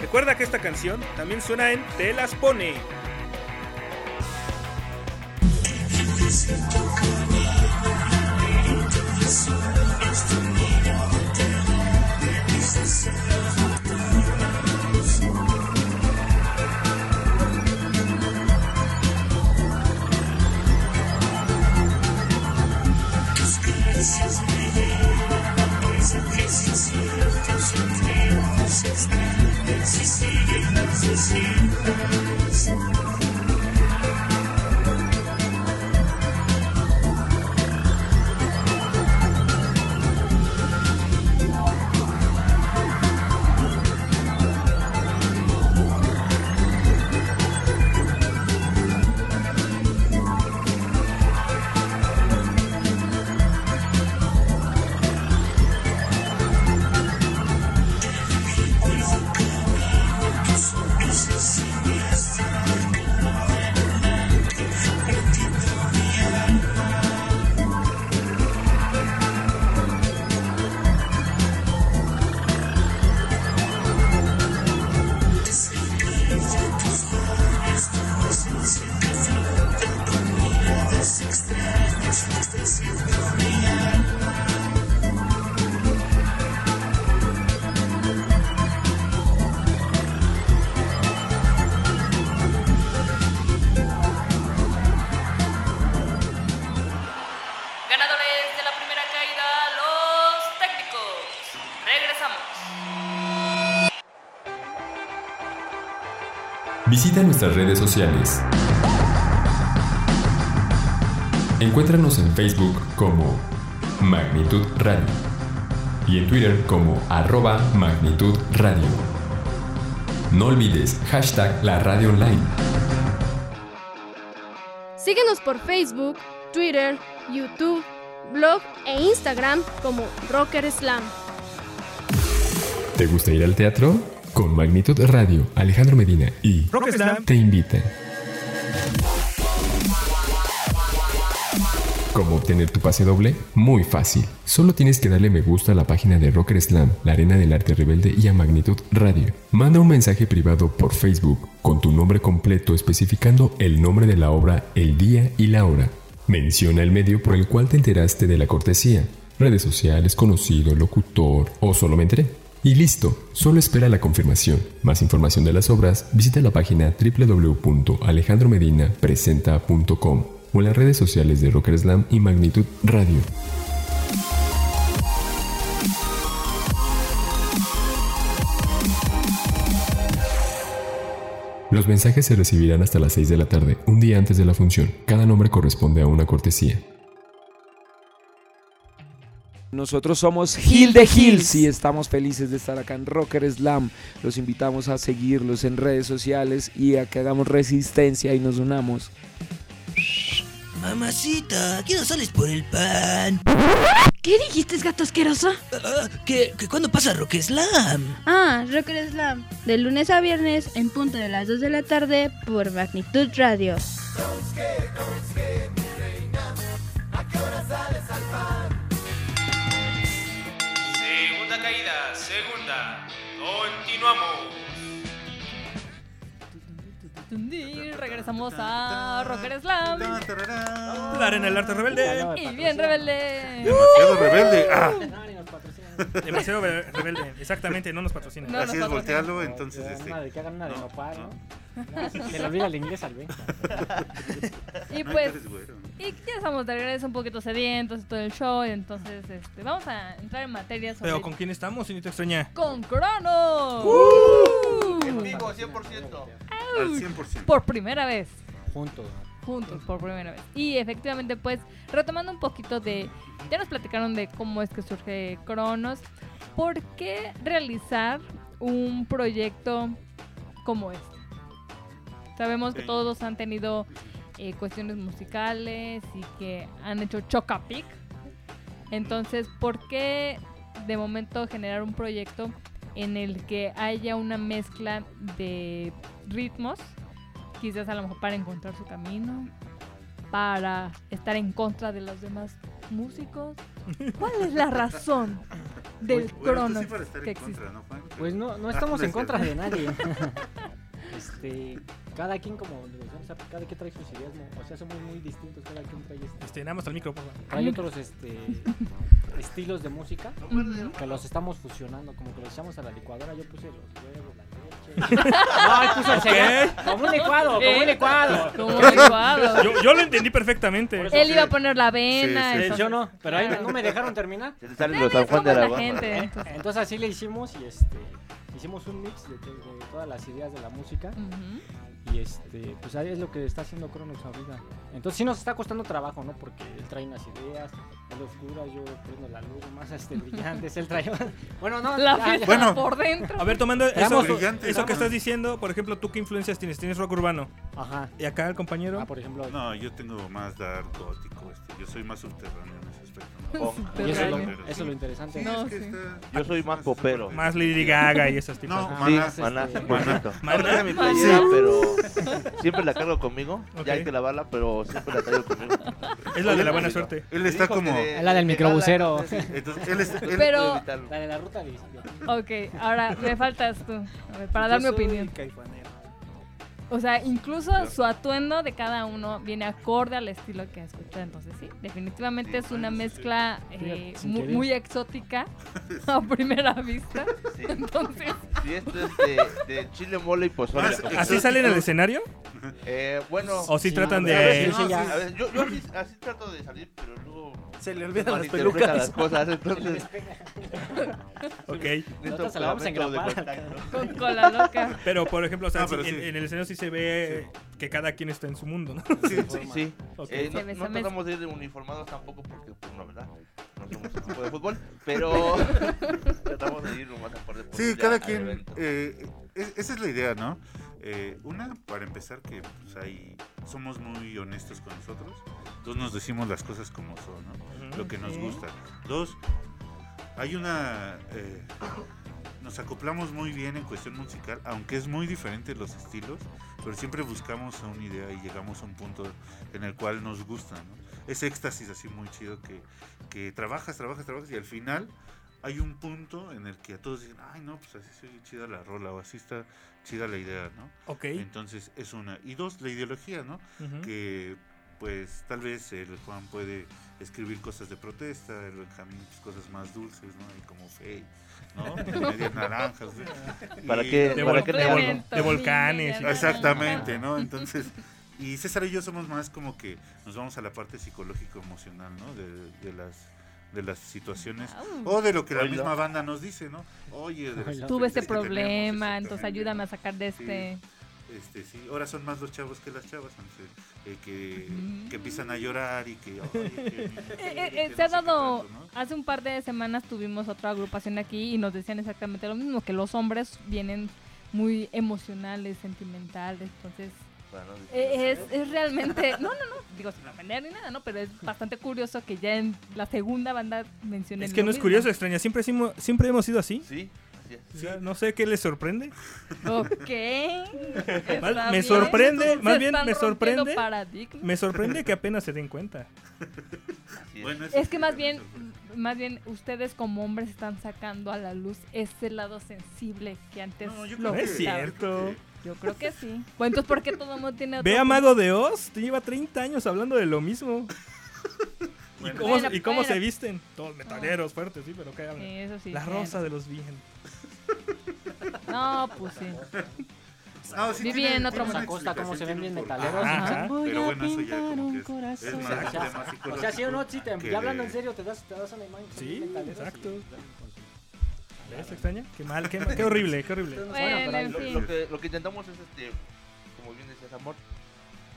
Speaker 3: Recuerda que esta canción también suena en Te las pone.
Speaker 11: Ganadores de la primera caída, los técnicos. Regresamos.
Speaker 9: Visita nuestras redes sociales. Encuéntranos en Facebook como Magnitud Radio y en Twitter como arroba Magnitud Radio. No olvides hashtag la radio online.
Speaker 12: Síguenos por Facebook, Twitter, YouTube, blog e Instagram como Rocker Slam.
Speaker 9: ¿Te gusta ir al teatro? Con Magnitud Radio, Alejandro Medina y
Speaker 3: Rock Slam
Speaker 9: te invitan. ¿Cómo obtener tu pase doble? Muy fácil. Solo tienes que darle me gusta a la página de Rocker Slam, la Arena del Arte Rebelde y a Magnitud Radio. Manda un mensaje privado por Facebook con tu nombre completo especificando el nombre de la obra, el día y la hora. Menciona el medio por el cual te enteraste de la cortesía. Redes sociales, conocido, locutor o solo me enteré. Y listo, solo espera la confirmación. Más información de las obras, visita la página www.alejandromedinapresenta.com o en las redes sociales de Rocker Slam y Magnitud Radio. Los mensajes se recibirán hasta las 6 de la tarde, un día antes de la función. Cada nombre corresponde a una cortesía.
Speaker 13: Nosotros somos Gil de Hills y estamos felices de estar acá en Rocker Slam. Los invitamos a seguirlos en redes sociales y a que hagamos resistencia y nos unamos.
Speaker 8: Mamacita, ¿qué no sales por el pan?
Speaker 14: ¿Qué dijiste, gato asqueroso?
Speaker 8: ¿Qué, que cuándo pasa Rock Slam?
Speaker 14: Ah, Rocker Slam, de lunes a viernes en punto de las 2 de la tarde por Magnitud Radio.
Speaker 15: Segunda caída, segunda. Continuamos.
Speaker 2: Y regresamos a Rocker Slam.
Speaker 3: La arena del arte rebelde.
Speaker 2: Y bien rebelde.
Speaker 6: Demasiado rebelde. Ah.
Speaker 3: Demasiado re- rebelde. Exactamente, no nos patrocina.
Speaker 6: Así es, voltealo, entonces este.
Speaker 4: Una de que hagan una de
Speaker 6: no,
Speaker 4: nopal,
Speaker 6: no.
Speaker 2: *laughs*
Speaker 4: ¿no? Se le olvida el inglés al Benja.
Speaker 2: Y pues, y ya estamos de regreso un poquito sedientos y todo el show. y Entonces, este, vamos a entrar en materia sobre
Speaker 3: Pero ¿con quién estamos, señorita extraña?
Speaker 2: con Crono.
Speaker 3: Uh.
Speaker 2: Uh.
Speaker 5: En vivo, 100%.
Speaker 6: Al 100%.
Speaker 2: Por primera vez.
Speaker 4: Juntos.
Speaker 2: Juntos, por primera vez. Y efectivamente, pues, retomando un poquito de... Ya nos platicaron de cómo es que surge Cronos. ¿Por qué realizar un proyecto como este? Sabemos que todos han tenido eh, cuestiones musicales y que han hecho Chocapic. Entonces, ¿por qué de momento generar un proyecto en el que haya una mezcla de ritmos? Quizás a lo mejor para encontrar su camino, para estar en contra de los demás músicos. ¿Cuál es la razón del
Speaker 6: Bueno,
Speaker 2: crono
Speaker 6: tú sí para estar
Speaker 2: que
Speaker 6: en
Speaker 2: existe?
Speaker 6: contra, ¿no, Juan?
Speaker 4: Pues no, no
Speaker 6: Ah,
Speaker 4: estamos
Speaker 6: no
Speaker 4: en
Speaker 6: es
Speaker 4: contra de
Speaker 6: cierto. *laughs*
Speaker 4: nadie. este, cada quien como les decía, o sea, cada quien trae sus ideas, ¿no? o sea, somos muy distintos, cada quien trae este,
Speaker 3: Este, nada más al micro, por favor.
Speaker 4: Hay otros este estilos de música que los estamos fusionando, como que los echamos a la licuadora, yo puse los huevos, la
Speaker 3: *laughs*
Speaker 4: leche. no, él puso el
Speaker 3: Ok.
Speaker 4: cereal. Como un licuado, como un
Speaker 2: Eh,
Speaker 4: licuado.
Speaker 2: como un licuado.
Speaker 3: Yo, yo lo entendí perfectamente.
Speaker 2: Él iba a poner la avena.
Speaker 4: Sí,
Speaker 2: entonces-
Speaker 4: Yo no, pero ahí no me dejaron terminar.
Speaker 5: Se te salen los San Juan de Aragón.
Speaker 4: Eh, Entonces así le hicimos y este hicimos un mix de, de todas las ideas de la música. Y este, pues ahí es lo que está haciendo Cronos ahorita. Entonces sí nos está costando trabajo, ¿no? Porque él trae unas ideas, él oscura, yo prendo la luz, más este brillantes, él trae. *laughs* bueno, no,
Speaker 2: La
Speaker 4: ya,
Speaker 2: fiesta
Speaker 4: ya.
Speaker 2: Bueno. por dentro.
Speaker 3: A ver, tomando eso,
Speaker 4: Éramos-
Speaker 3: eso que
Speaker 4: éramos-
Speaker 3: estás diciendo, por ejemplo, ¿tú qué influencias tienes? ¿Tienes rock urbano?
Speaker 4: Ajá.
Speaker 3: ¿Y acá el compañero? Ah,
Speaker 4: por ejemplo.
Speaker 6: No, yo tengo más dark gótico. Este. Yo soy más subterráneo en ese aspecto.
Speaker 2: *laughs*
Speaker 4: Punk. Y eso es lo- eso es lo interesante.
Speaker 6: Sí,
Speaker 4: No,
Speaker 6: es que
Speaker 4: sí.
Speaker 6: está-
Speaker 5: Yo soy más popero.
Speaker 3: Más Lady Gaga y esas tipos.
Speaker 5: No,
Speaker 3: Ah,
Speaker 5: Maná,
Speaker 3: más,
Speaker 5: Maná,
Speaker 3: este,
Speaker 5: 100%.
Speaker 3: Maná.
Speaker 5: No traigo mi playera,
Speaker 3: Sí.
Speaker 5: pero siempre la cargo conmigo.
Speaker 3: Ok.
Speaker 5: Ya hay que lavarla, pero siempre la traigo conmigo.
Speaker 3: Es la de la buena suerte.
Speaker 6: Él está
Speaker 5: Dijo
Speaker 6: como-
Speaker 5: que-
Speaker 4: Es la del microbusero.
Speaker 6: Entonces, él es- él-
Speaker 2: Pero-
Speaker 4: La de la ruta de
Speaker 2: Ok, ahora me faltas tú. A ver, para
Speaker 7: Yo
Speaker 2: dar mi
Speaker 7: soy
Speaker 2: opinión.
Speaker 7: caifanero.
Speaker 2: O sea, incluso su atuendo de cada uno viene acorde al estilo que escucha. Entonces, sí, definitivamente es una mezcla eh,
Speaker 5: Sin
Speaker 2: mu- muy,
Speaker 5: querer.
Speaker 6: *laughs*
Speaker 2: exótica *laughs* a primera vista. Entonces,
Speaker 5: Si esto es de, de chile mole y pozole.
Speaker 3: ¿Así salen al escenario?
Speaker 5: Eh, bueno.
Speaker 3: ¿O si tratan de.?
Speaker 5: a veces no, sí, a veces- yo yo así, así trato de salir, pero luego.
Speaker 7: Se le olvidan las
Speaker 5: malinterpreta
Speaker 7: pelucas.
Speaker 5: las cosas, entonces.
Speaker 3: Ok.
Speaker 5: Necesito pegamento de contacto.
Speaker 2: cola loca.
Speaker 3: Pero, por ejemplo, o sea,
Speaker 5: No, Ah, pero
Speaker 3: sí, en,
Speaker 5: sí.
Speaker 3: en el escenario sí se ve que cada quien está en su mundo, ¿no?
Speaker 5: Sí, sí. sí.
Speaker 3: Ok.
Speaker 5: Eh, no, no tratamos de ir uniformados tampoco porque, pues, la verdad, no somos un equipo de fútbol,
Speaker 6: *laughs*
Speaker 5: *laughs* pero tratamos de ir lo más acorde posible
Speaker 6: Sí, cada
Speaker 5: al
Speaker 6: quien.
Speaker 5: evento.
Speaker 6: eh, es- esa es la idea, ¿no? Eh, una, para empezar, que pues, ahí somos muy honestos con nosotros. Dos, nos decimos las cosas como son, ¿no?
Speaker 1: Ujú.
Speaker 6: Lo que nos
Speaker 1: Sí.
Speaker 6: gusta. Dos, hay una. eh, nos acoplamos muy bien en cuestión musical, aunque es muy diferente los estilos, pero siempre buscamos a una idea y llegamos a un punto en el cual nos gusta, ¿no? Ese éxtasis así muy chido que, que trabajas, trabajas, trabajas y al final hay un punto en el que a todos dicen, ay no, pues así soy chida la rola o así está chida la idea, ¿no?
Speaker 3: Ok.
Speaker 6: Entonces es una. Y dos, la ideología, ¿no?
Speaker 3: Ujú.
Speaker 6: Que pues tal vez el Juan puede escribir cosas de protesta, el Benjamín pues, cosas más dulces, ¿no? Y como fe,
Speaker 5: *laughs*
Speaker 6: ¿no? Medias naranjas. ¿no?
Speaker 5: ¿Para
Speaker 6: Y-
Speaker 5: qué- De para vol- qué de negarlo? vol- de volcanes.
Speaker 6: Exactamente, ¿no? Entonces, y César y yo somos más como que nos vamos a la parte psicológico-emocional, ¿no? De, de las de las situaciones o de lo que la
Speaker 1: Oilo.
Speaker 6: misma banda nos dice, ¿no? Oye, de las
Speaker 2: tuve este
Speaker 6: situaciones que tenemos,
Speaker 2: problema, entonces
Speaker 6: exactamente.
Speaker 2: ayúdame a sacar de
Speaker 6: Sí.
Speaker 2: este.
Speaker 6: Este, sí, ahora son más los chavos que las chavas, entonces, eh, que,
Speaker 2: Ujú.
Speaker 6: que empiezan a llorar y que... "Oye,
Speaker 2: *laughs*
Speaker 6: que-
Speaker 2: Eh,
Speaker 6: que
Speaker 2: eh, eh,
Speaker 6: no
Speaker 2: se ha
Speaker 6: sé qué
Speaker 2: dado,
Speaker 6: tanto", ¿no?
Speaker 2: hace un par de semanas tuvimos otra agrupación aquí y nos decían exactamente lo mismo, que los hombres vienen muy emocionales, sentimentales, entonces
Speaker 5: Para no decir-
Speaker 2: eh, es, es realmente, *laughs* no, no, no, digo sin ofender ni nada, no, pero es bastante curioso que ya en la segunda banda mencioné
Speaker 3: Es que no es curioso, extraña. Siempre, hemos- siempre hemos sido así.
Speaker 5: Sí, así es.
Speaker 3: O sea, No sé qué les sorprende. *laughs*
Speaker 2: Ok.
Speaker 3: Más-
Speaker 2: está
Speaker 3: me
Speaker 2: bien.
Speaker 3: sorprende,
Speaker 2: Se
Speaker 3: más bien
Speaker 2: están
Speaker 3: me
Speaker 2: rompiendo
Speaker 3: sorprende.
Speaker 2: paradigmas.
Speaker 3: Me sorprende que apenas se den cuenta.
Speaker 6: Bueno, eso
Speaker 2: Es
Speaker 6: sí,
Speaker 2: que más
Speaker 6: también
Speaker 2: bien,
Speaker 6: son-
Speaker 2: más bien ustedes como hombres están sacando a la luz ese lado sensible que antes
Speaker 6: No, yo creo
Speaker 2: lo
Speaker 3: No es
Speaker 2: ocultaban.
Speaker 3: cierto.
Speaker 2: Yo *laughs* creo que sí. Bueno, entonces ¿por qué todo el mundo tiene otro
Speaker 3: Ve a Mago de Oz, te lleva 30 años hablando de lo mismo. ¿Y
Speaker 6: Bueno.
Speaker 3: cómo,
Speaker 6: Bueno,
Speaker 3: y cómo
Speaker 6: pero-
Speaker 3: se visten? Todos metaleros, fuertes, sí, pero ¿qué hablan?
Speaker 2: Sí, eso sí,
Speaker 3: La
Speaker 2: bueno.
Speaker 3: rosa de los virgen.
Speaker 2: No, pues sí.
Speaker 6: No, sí
Speaker 2: Viví
Speaker 6: tiene-
Speaker 2: en
Speaker 6: tiene
Speaker 2: otro
Speaker 6: buena
Speaker 2: mundo.
Speaker 4: Acosta, cómo se ven bien
Speaker 6: explicación,
Speaker 4: metaleros.
Speaker 6: tiene un
Speaker 4: Ajá.
Speaker 6: porqué.
Speaker 4: Voy
Speaker 6: Pero
Speaker 4: a
Speaker 6: bueno, eso ya
Speaker 4: pintar
Speaker 6: como
Speaker 4: un
Speaker 6: que es- es
Speaker 4: corazón.
Speaker 6: más un
Speaker 4: O sea,
Speaker 6: tema
Speaker 4: o sea, sí o no, sí, te,
Speaker 6: psicológico
Speaker 4: ya hablando
Speaker 6: que-
Speaker 4: en serio, te das, te das una imagen.
Speaker 3: Sí,
Speaker 4: metaleros y-
Speaker 3: exacto. ¿Ves? ¿Extraña? Qué mal, qué, mal, qué horrible, qué horrible.
Speaker 5: Lo que, lo que intentamos es este, ese amor,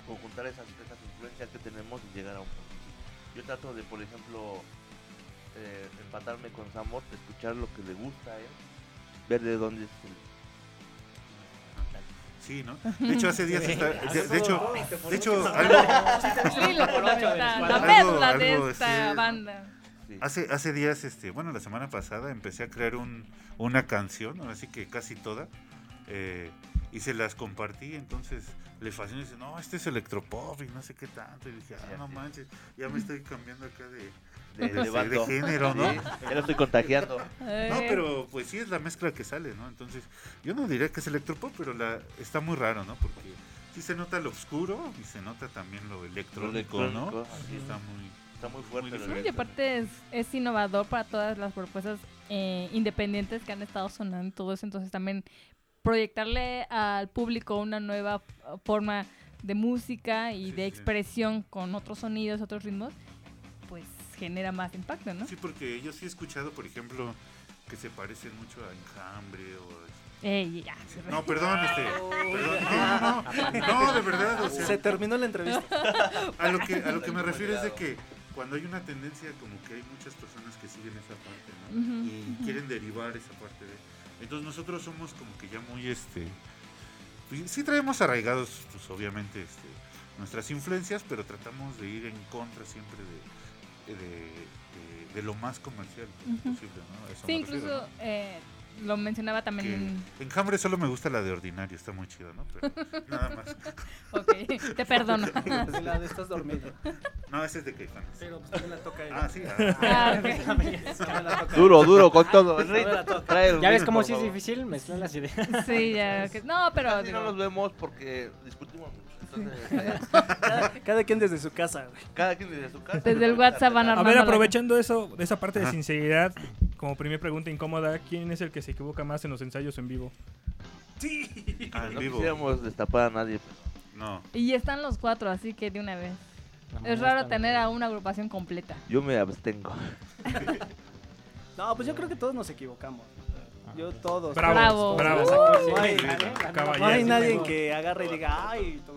Speaker 5: conjuntar esas, esas influencias que tenemos y llegar a un punto. Yo trato de, por ejemplo, eh, empatarme con Samor, escuchar lo que le gusta a él, ver de dónde es el-
Speaker 6: Sí, ¿no? De hecho, hace días está-
Speaker 2: Ah,
Speaker 6: de, de hecho, de hecho, algo,
Speaker 2: Sí, la perla, la perla de
Speaker 6: algo,
Speaker 2: esta
Speaker 6: este,
Speaker 2: banda.
Speaker 6: Hace, hace días, este, bueno, la semana pasada empecé a crear un, una canción, así que casi toda, eh, y se las compartí, entonces le fascinó y dice, no, este es electropop y no sé qué tanto, y dije, ah, no manches, ya me estoy cambiando acá de,
Speaker 5: De- de
Speaker 6: este,
Speaker 5: bando.
Speaker 6: género, ¿no?
Speaker 5: Sí, ya lo estoy contagiando.
Speaker 6: No, pero pues sí es la mezcla que sale, ¿no? Entonces, yo no diría que es electropop, pero la, está muy raro, ¿no? Porque sí se nota lo oscuro y se nota también lo electrónico, ¿no?
Speaker 5: electrónico,
Speaker 6: Sí,
Speaker 5: así
Speaker 6: está muy...
Speaker 5: Está muy fuerte.
Speaker 6: difícil.
Speaker 2: Y aparte es, es innovador para todas las propuestas eh, independientes que han estado sonando y todo eso. Entonces también proyectarle al público una nueva uh, forma de música y de expresión con otros sonidos, otros ritmos, pues genera más impacto, ¿no?
Speaker 6: Sí, porque yo sí he escuchado, por ejemplo, que se parecen mucho a Enjambre o...
Speaker 2: Ey, ya.
Speaker 6: No, perdón, este... Perdón, no, no, no, no, de verdad, o sea-
Speaker 7: Se terminó la entrevista.
Speaker 6: A lo que, a lo que me refiero es de que cuando hay una tendencia, como que hay muchas personas que siguen esa parte, ¿no?
Speaker 1: Ujú,
Speaker 6: y
Speaker 1: ujú.
Speaker 6: quieren derivar esa parte de... Entonces nosotros somos como que ya muy, este... pues, sí traemos arraigados, pues obviamente, este, nuestras influencias, pero tratamos de ir en contra siempre de, de, de- de lo más comercial
Speaker 2: Ujú.
Speaker 6: posible, ¿no? A eso
Speaker 2: Sí,
Speaker 6: me refiero,
Speaker 2: incluso
Speaker 6: ¿no?
Speaker 2: eh, lo mencionaba también
Speaker 5: *laughs*
Speaker 2: en-
Speaker 6: Que enjambre solo me gusta la de ordinario, está muy chido, ¿no? Pero nada más.
Speaker 2: *laughs* Ok, te
Speaker 5: *laughs*
Speaker 2: perdono.
Speaker 7: Y la de estás dormido.
Speaker 6: No, esa es de Caifanes.
Speaker 7: Pero pues también la toca él.
Speaker 6: Ah, sí.
Speaker 7: Ah, ok. *laughs* También la toca.
Speaker 5: *laughs* Duro, duro, con todo. El
Speaker 7: No me la
Speaker 5: ritmo,
Speaker 7: toca.
Speaker 5: trae el
Speaker 4: ¿Ya ves
Speaker 5: ritmo,
Speaker 4: cómo
Speaker 5: por
Speaker 4: sí es
Speaker 5: favor.
Speaker 4: difícil mezclar las ideas?
Speaker 2: Sí, ya. que- No, pero.
Speaker 5: Casi
Speaker 2: digo,
Speaker 5: no nos vemos porque discutimos mucho. Entonces,
Speaker 7: *laughs* Cada, cada quien desde su casa, güey.
Speaker 5: Cada quien desde su casa.
Speaker 2: *laughs* Desde el WhatsApp van
Speaker 3: A
Speaker 2: armando.
Speaker 3: ver,
Speaker 2: la-
Speaker 3: aprovechando eso, de esa parte de
Speaker 6: Ajá.
Speaker 3: sinceridad, como primera pregunta incómoda, ¿quién es el que se equivoca más en los ensayos en vivo?
Speaker 6: Ah, en
Speaker 5: no
Speaker 6: vivo.
Speaker 5: quisiéramos destapar a nadie. pues.
Speaker 6: No.
Speaker 2: Y están los cuatro, así que de una vez. Es raro tener a una agrupación completa. *laughs*
Speaker 5: Yo me abstengo.
Speaker 7: No, pues yo creo que todos nos equivocamos. Yo todos.
Speaker 3: Bravo,
Speaker 7: todos,
Speaker 3: Ah, bravo.
Speaker 7: todos.
Speaker 3: Sí,
Speaker 7: No hay,
Speaker 3: sí,
Speaker 7: no hay
Speaker 3: caballero.
Speaker 7: nadie en que agarre y diga, ay, tú,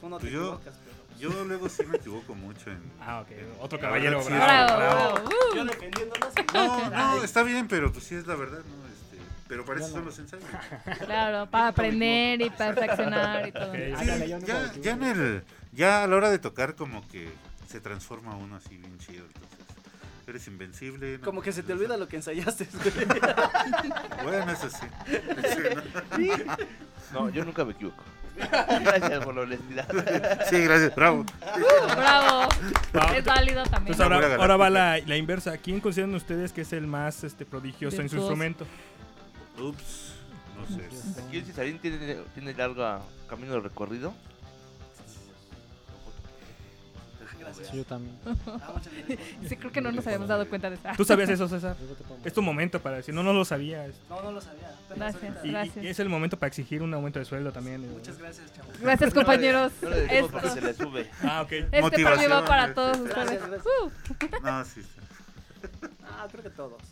Speaker 7: tú no te
Speaker 6: Pues yo,
Speaker 7: equivocas.
Speaker 6: yo luego sí me equivoco mucho en.
Speaker 3: Ah, ok. Otro
Speaker 6: caballero,
Speaker 3: bravo, bravo.
Speaker 7: Yo defendiendo no sé.
Speaker 6: No, no, está bien, pero pues sí es la verdad, ¿no? Este, pero para eso
Speaker 7: Ya
Speaker 6: son
Speaker 7: no.
Speaker 6: los ensayos.
Speaker 2: Claro, para aprender y perfeccionar y todo.
Speaker 6: Sí, ya, ya en el. Ya a la hora de tocar, como que se transforma uno así bien chido. Entonces, eres invencible. ¿no?
Speaker 7: Como que se te olvida lo que ensayaste. *laughs*
Speaker 6: Bueno, eso sí.
Speaker 7: Sí.
Speaker 5: No, yo nunca me equivoco. *laughs* Gracias por la honestidad.
Speaker 6: Sí, gracias. Bravo.
Speaker 2: Uh, bravo.
Speaker 3: Va.
Speaker 2: Es válido también.
Speaker 3: Entonces Pues ahora, ahora va la, la inversa. ¿Quién consideran ustedes que es el más este, prodigioso en su
Speaker 2: Virtuoso.
Speaker 3: instrumento?
Speaker 6: Ups, no sé.
Speaker 5: Aquí el Cisarín tiene, tiene largo camino de recorrido.
Speaker 4: Sí, yo
Speaker 2: *laughs*
Speaker 4: también.
Speaker 2: Sí, creo que no nos habíamos dado cuenta de esa.
Speaker 3: ¿Tú sabías eso, César? Es tu momento para decir, no, no lo sabía. es-
Speaker 7: No, no lo sabía. apenas
Speaker 2: Gracias,
Speaker 7: ahorita.
Speaker 3: Y, y es el momento para exigir un aumento de sueldo también.
Speaker 7: Muchas gracias, chavos.
Speaker 2: Gracias, compañeros.
Speaker 5: No le decimos porque
Speaker 2: Esto-
Speaker 5: se le sube.
Speaker 3: Ah, ok.
Speaker 2: Este premio va para todos ustedes.
Speaker 7: Gracias, gracias.
Speaker 2: Uh.
Speaker 6: Pues, No, sí. sí.
Speaker 7: Ah, creo que todos.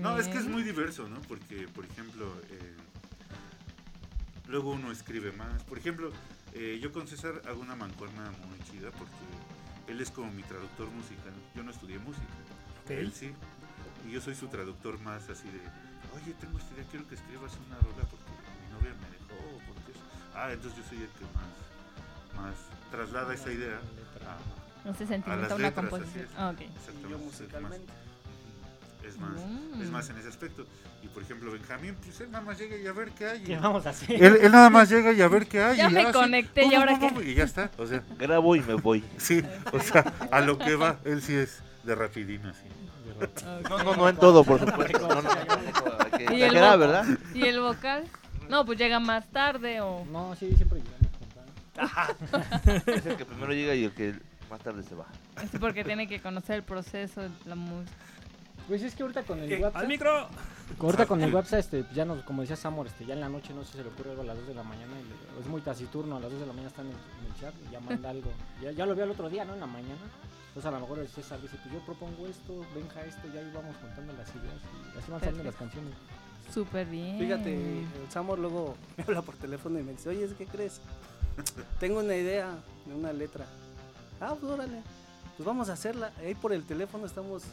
Speaker 6: No, es que es muy
Speaker 2: Mm.
Speaker 6: diverso, ¿no? Porque, por ejemplo, eh, luego uno escribe más. Por ejemplo, eh, yo con César hago una mancuerna muy chida porque él es como mi traductor musical. Yo no estudié música,
Speaker 3: Ok.
Speaker 6: él sí. Y yo soy su traductor más así de, oye, tengo esta idea, quiero que escribas una rola porque mi novia me dejó. o Porque eso". Ah, entonces yo soy el que más, más traslada esa idea. a-
Speaker 2: Ese
Speaker 6: a
Speaker 2: sentimiento,
Speaker 6: las
Speaker 2: una
Speaker 6: letras, así
Speaker 2: composición.
Speaker 6: es.
Speaker 2: Ah, ok.
Speaker 6: Exactamente,
Speaker 7: Y yo
Speaker 6: es más-
Speaker 7: musicalmente.
Speaker 6: es más,
Speaker 2: Mm.
Speaker 6: es más en ese aspecto. Y por ejemplo, Benjamín, pues él nada más llega y a ver qué hay.
Speaker 4: ¿Qué vamos a hacer?
Speaker 6: Él, él nada más llega y a ver qué hay.
Speaker 2: Ya
Speaker 6: y
Speaker 2: me
Speaker 6: hace,
Speaker 2: conecté,
Speaker 6: pum,
Speaker 2: ¿y ahora
Speaker 6: pum, pum,
Speaker 2: qué?
Speaker 6: Y ya está. O sea,
Speaker 5: Grabo y me voy.
Speaker 6: Sí, o sea, a lo que va, él sí es de rapidino, así.
Speaker 5: No, no, no en todo, por supuesto. No, no, no, en todo, hay que
Speaker 2: ¿Y el, vocal?
Speaker 5: exagerar, ¿verdad?
Speaker 3: *laughs*
Speaker 2: ¿Y el vocal? No, pues llega más tarde o...
Speaker 4: *laughs* No, sí, siempre
Speaker 2: *laughs*
Speaker 5: Es el que primero llega y el que más tarde se va.
Speaker 2: Es porque tiene que conocer el proceso, la música.
Speaker 4: Pues es que ahorita con el
Speaker 2: Eh,
Speaker 4: WhatsApp.
Speaker 2: al micro.
Speaker 4: Ahorita con el WhatsApp, este, ya nos, como decía Samor, este, ya en la noche no sé si se le ocurre algo a las 2 de la mañana. y le- es muy taciturno, a las 2 de la mañana está en el, en el chat y ya *laughs* manda algo. Ya, ya lo vio el otro día, ¿no? En la mañana. Entonces a lo mejor el César dice, pues yo propongo esto, venga esto, ya ahí vamos contando las ideas y así van saliendo
Speaker 2: Perfecto.
Speaker 4: las canciones.
Speaker 2: Súper bien.
Speaker 7: Fíjate,
Speaker 2: Mm.
Speaker 7: el Samor luego *laughs* me habla por teléfono y me dice, oye, ¿qué crees? *laughs* Tengo una idea de una letra. Ah, pues órale. Pues vamos a hacerla. Ahí por el teléfono estamos...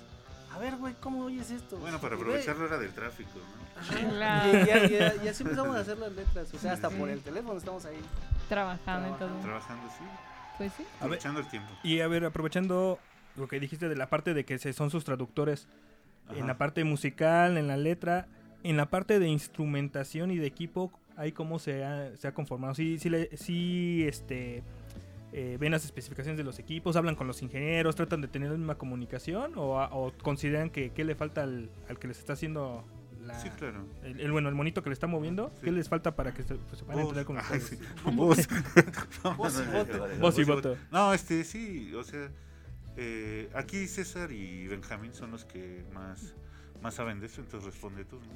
Speaker 7: A ver, güey, ¿cómo oyes esto?
Speaker 6: Bueno, para
Speaker 7: para
Speaker 6: aprovechar la hora del tráfico, ¿no?
Speaker 7: *laughs* Y, ya- ya- y así empezamos a hacer las letras. O sea, hasta por el teléfono estamos ahí.
Speaker 2: Trabajando en todo.
Speaker 6: Trabajando, sí.
Speaker 2: Pues
Speaker 3: A
Speaker 2: sí.
Speaker 3: ver,
Speaker 6: Aprovechando el tiempo.
Speaker 3: Y a ver, aprovechando lo que dijiste de la parte de que se- son sus traductores, en
Speaker 6: Ajá.
Speaker 3: la parte musical, en la letra, en la parte de instrumentación y de equipo, ahí cómo se ha, se ha conformado. Sí, sí, le- sí, este, eh, ven las especificaciones de los equipos, hablan con los ingenieros, tratan de tener la misma comunicación o, a- o consideran que qué le falta al, al que les está haciendo la-
Speaker 6: Sí, claro.
Speaker 3: el, el- bueno, el monito que le está moviendo, ¿qué les falta para que se, pues, se puedan
Speaker 6: Voz. *laughs*
Speaker 3: entender con
Speaker 6: Ay,
Speaker 3: ustedes?
Speaker 6: sí.
Speaker 7: *laughs*
Speaker 3: *laughs*
Speaker 6: Voz. *laughs* No, no, no, no, no.
Speaker 3: Voz y voto.
Speaker 6: No, este sí, o sea, eh, aquí César y Benjamín son los que más, más saben de eso, entonces responde tú. ¿no?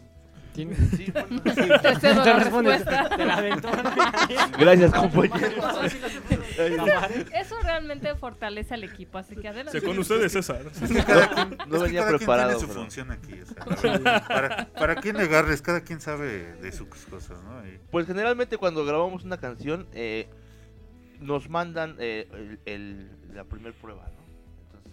Speaker 4: ¿Quién?
Speaker 6: Sí, bueno.
Speaker 4: Te cedo la Te responde, respuesta. te la aventó.
Speaker 5: Gracias, compañero.
Speaker 2: Eso realmente fortalece al equipo, así que adelante.
Speaker 3: Se con ustedes, César.
Speaker 6: Es que cada quien-
Speaker 5: No
Speaker 6: es que
Speaker 5: venía
Speaker 6: cada Quien tiene
Speaker 5: preparado,
Speaker 6: su
Speaker 5: pero-
Speaker 6: función aquí. o sea, la verdad, para, ¿Para qué negarles? Cada quien sabe de sus cosas, ¿no? Y-
Speaker 5: Pues generalmente cuando grabamos una canción eh, nos mandan eh, el- el- la primer prueba, ¿no? Entonces,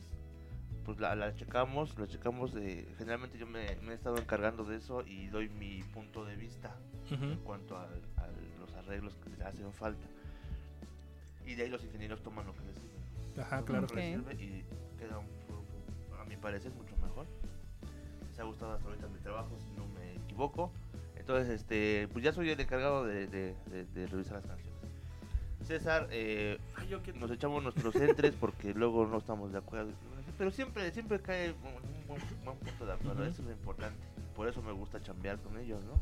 Speaker 5: pues la, la checamos, la checamos. eh, generalmente yo me, me he estado encargando de eso y doy mi punto de vista
Speaker 3: Ujú.
Speaker 5: en cuanto al- a, los arreglos que le hacen falta. Y de ahí los ingenieros toman lo que les sirve. ¿no?
Speaker 3: Ajá,
Speaker 5: Lo que
Speaker 3: claro.
Speaker 5: les sirve Y queda un producto, a mi parecer, mucho mejor. Les ha gustado hasta ahorita mi trabajo, si no me equivoco. Entonces, este, pues ya soy el encargado de, de- de- de revisar las canciones. César, eh, nos echamos nuestros entres porque *laughs* luego no estamos de acuerdo. Pero siempre, siempre cae un un buen, un buen punto de acuerdo, ¿eh?
Speaker 3: Ujú.
Speaker 5: eso es lo importante. Por eso me gusta chambear con ellos, ¿no?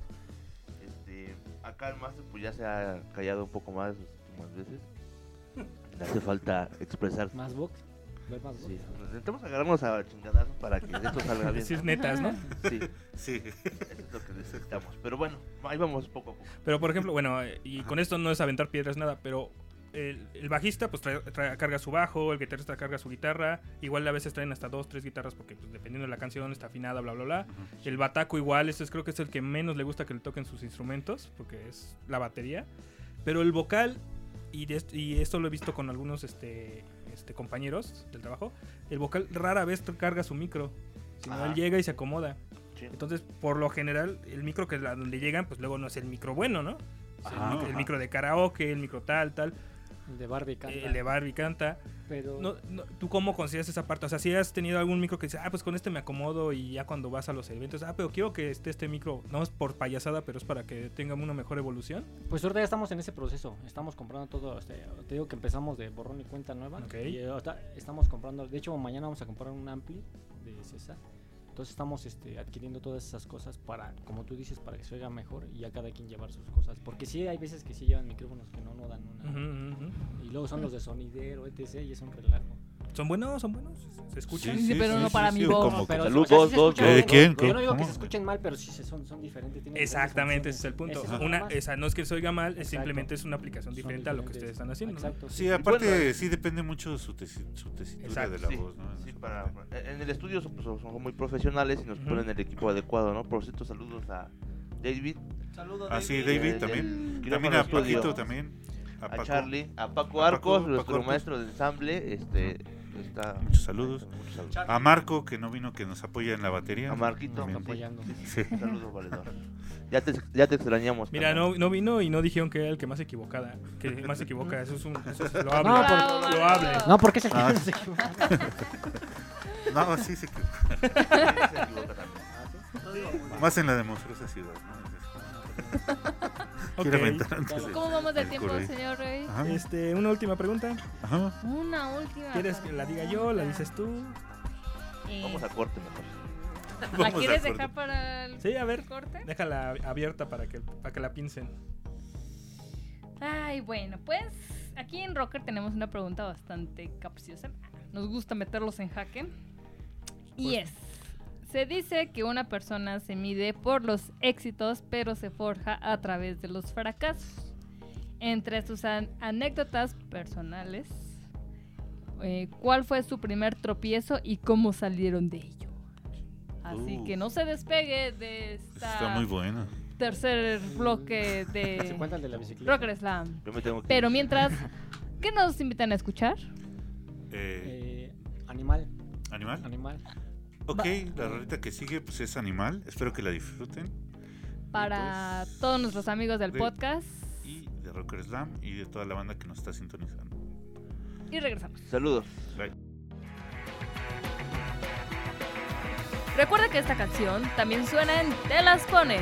Speaker 5: Este, acá el máster pues ya se ha callado un poco más las últimas veces.
Speaker 3: *laughs*
Speaker 5: Le hace falta expresar.
Speaker 4: ¿Más box? ¿Ver más box?
Speaker 5: Sí, necesitamos agarrarnos a chingadazos para que
Speaker 3: *laughs*
Speaker 5: esto salga bien.
Speaker 3: Decir netas, ¿no?
Speaker 5: Sí. Sí. Eso es lo que necesitamos. Pero bueno, ahí vamos poco a poco.
Speaker 3: Pero por ejemplo, bueno, eh, y con esto no es aventar piedras nada, pero el, el bajista pues trae- trae- carga su bajo, el guitarrista carga su guitarra, igual a veces traen hasta dos, tres guitarras porque pues, dependiendo de la canción está afinada, bla, bla, bla. El bataco igual, ese es, creo que es el que menos le gusta que le toquen sus instrumentos porque es la batería. Pero el vocal, y, de est- y esto lo he visto con algunos este, este, compañeros del trabajo, el vocal rara vez carga su micro, sino
Speaker 5: Ajá.
Speaker 3: él llega y se acomoda.
Speaker 5: Sí.
Speaker 3: Entonces, por lo general, el micro que es la donde llegan, pues luego no es el micro bueno, ¿no? O sea,
Speaker 4: Ajá,
Speaker 3: el, micro, el
Speaker 4: ajá.
Speaker 3: micro de karaoke, el micro tal, tal.
Speaker 4: El de Barbie canta.
Speaker 3: El de Barbie canta.
Speaker 4: Pero-
Speaker 3: No, no, ¿Tú cómo consideras esa parte? O sea, si has tenido algún micro que dices, ah, pues con este me acomodo y ya cuando vas a los eventos, ah, pero quiero que esté este micro, no es por payasada, pero es para que tenga una mejor evolución.
Speaker 4: Pues ahorita ya estamos en ese proceso. Estamos comprando todo. este, te digo que empezamos de borrón y cuenta nueva.
Speaker 3: Ok.
Speaker 4: Y eh, ahorita estamos comprando. De hecho, mañana vamos a comprar un ampli de César. Entonces estamos este, adquiriendo todas esas cosas para, como tú dices, para que se oiga mejor y a cada quien llevar sus cosas. Porque sí hay veces que sí llevan micrófonos que no, no dan una.
Speaker 3: Ujú, ujú.
Speaker 4: Y luego son los de sonidero, etc. Y es un relajo.
Speaker 3: ¿Son buenos? ¿Son buenos? ¿Se escuchan?
Speaker 4: Sí, sí, pero no para mi voz.
Speaker 3: como
Speaker 4: Pero,
Speaker 3: salud,
Speaker 4: o sea, sí
Speaker 3: dos,
Speaker 4: se
Speaker 3: dos,
Speaker 4: escuchan
Speaker 3: dos.
Speaker 4: bien.
Speaker 3: ¿De quién?
Speaker 4: Yo no digo que
Speaker 3: ¿Cómo?
Speaker 4: se escuchen mal, pero sí se son, son diferentes. tienen diferentes
Speaker 3: Exactamente,
Speaker 4: funciones.
Speaker 3: ese es el punto.
Speaker 4: Ese es
Speaker 3: Una,
Speaker 4: nada más.
Speaker 3: esa no es que se oiga mal, es
Speaker 4: Exacto.
Speaker 3: simplemente es una aplicación
Speaker 4: Son
Speaker 3: diferente a lo que
Speaker 4: diferentes.
Speaker 3: ustedes están haciendo. ¿no?
Speaker 4: Exacto,
Speaker 6: Sí, aparte sí depende mucho su, tesi- su tesitura de la
Speaker 5: eh, sí,
Speaker 6: voz, ¿no?
Speaker 5: sí, para- en el estudio son, pues, son muy profesionales y nos ponen el equipo adecuado, ¿no? Por cierto, saludos a David. Eh,
Speaker 6: Saludos, Ah, sí, David. David también.
Speaker 5: del
Speaker 6: También a
Speaker 5: Quirófano Studio.
Speaker 6: Paquito, también. A
Speaker 5: A,
Speaker 6: Paco.
Speaker 5: Charlie, a Paco,
Speaker 6: A Paco,
Speaker 5: Arcos,
Speaker 6: Paco
Speaker 5: nuestro
Speaker 6: Arcos.
Speaker 5: maestro de ensamble. Este, está,
Speaker 6: Muchos saludos.
Speaker 5: Muchos saludos.
Speaker 6: A Marco, que no vino, que nos apoya en la batería.
Speaker 5: A Marquito.
Speaker 6: También.
Speaker 5: Apoyando.
Speaker 6: Sí.
Speaker 5: Saludos, valedor. Ya te, ya te extrañamos.
Speaker 3: Mira, no, no vino y no dijeron que era el que más se equivocada. Que más se equivoca, eso es un. Eso es loable.
Speaker 4: *laughs* No, por-
Speaker 3: Loable.
Speaker 4: No, porque es el que Ah. menos *laughs* se equivoca.
Speaker 6: No, sí
Speaker 3: *laughs*
Speaker 6: se equivoca. Sí, se equivoca también. Más en la democracia ciudad, ¿no? Quiero
Speaker 3: Ok.
Speaker 6: aventar antes de-
Speaker 2: ¿Cómo vamos de
Speaker 6: del
Speaker 2: tiempo,
Speaker 6: correo.
Speaker 2: señor Rey?
Speaker 6: Ajá.
Speaker 3: Este, una última pregunta.
Speaker 6: Ajá.
Speaker 2: Una última.
Speaker 3: ¿Quieres que la diga yo? ¿La dices tú?
Speaker 2: Eh,
Speaker 5: Vamos a corte
Speaker 3: *laughs*
Speaker 5: mejor.
Speaker 2: ¿La quieres dejar para el
Speaker 3: Sí, a ver.
Speaker 2: corte?
Speaker 3: Déjala abierta para que, para que la pincen.
Speaker 2: Ay, bueno, pues aquí en Rocker tenemos una pregunta bastante capciosa. Nos gusta meterlos en jaque. Y es, se dice que una persona se mide por los éxitos, pero se forja a través de los fracasos. Entre sus an- anécdotas personales, eh, ¿cuál fue su primer tropiezo y cómo salieron de ello? Así
Speaker 6: Uh.
Speaker 2: que no se despegue de esta
Speaker 6: Está muy bueno.
Speaker 2: tercer bloque de,
Speaker 4: Se cuenta el de la bicicleta.
Speaker 2: Rocker Slam.
Speaker 5: Yo me tengo que
Speaker 2: Pero mientras, ¿qué nos invitan a escuchar?
Speaker 4: Eh, animal.
Speaker 6: ¿Animal?
Speaker 4: Animal.
Speaker 6: Ok, la rolita que sigue pues es Animal. Espero que la disfruten.
Speaker 2: Para
Speaker 5: Pues,
Speaker 2: todos nuestros amigos del
Speaker 6: de-
Speaker 2: podcast.
Speaker 6: Y de Rocker Slam y de toda la banda que nos está sintonizando.
Speaker 2: Y regresamos.
Speaker 5: Saludos.
Speaker 2: Recuerda que esta canción también suena en Te las pone.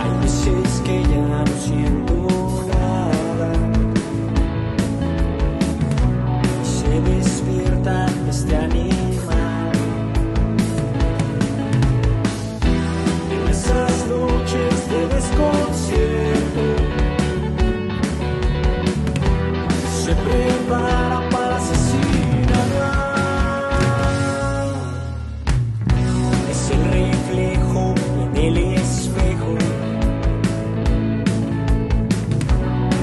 Speaker 11: Hay veces que ya no siento nada. Se despierta este animal. En esas noches de desconcierto se prepara para asesinar. Es el reflejo en el espejo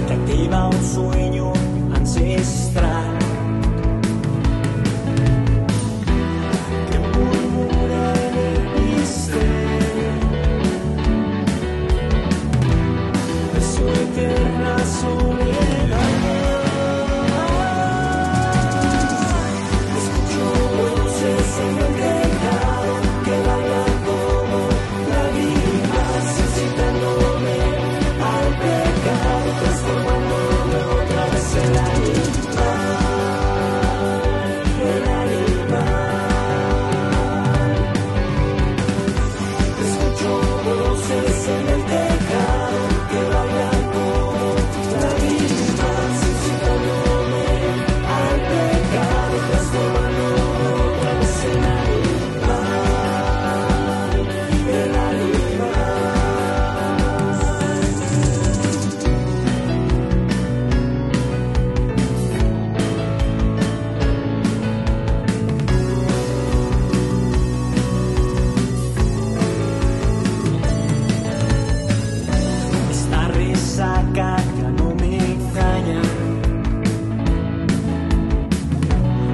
Speaker 11: que activa un sueño ancestral. Que murmura en el misterio de su eterna soledad. Escucho voces en el tejado que bailan como la vida, suscitándome al pecado, transformándome otra vez en animal, en animal. Escucho voces en el tejado que bailan como la vida, suscitándome al pecado, transformándome otra vez en animal, en animal. Esta resaca ya no me engaña.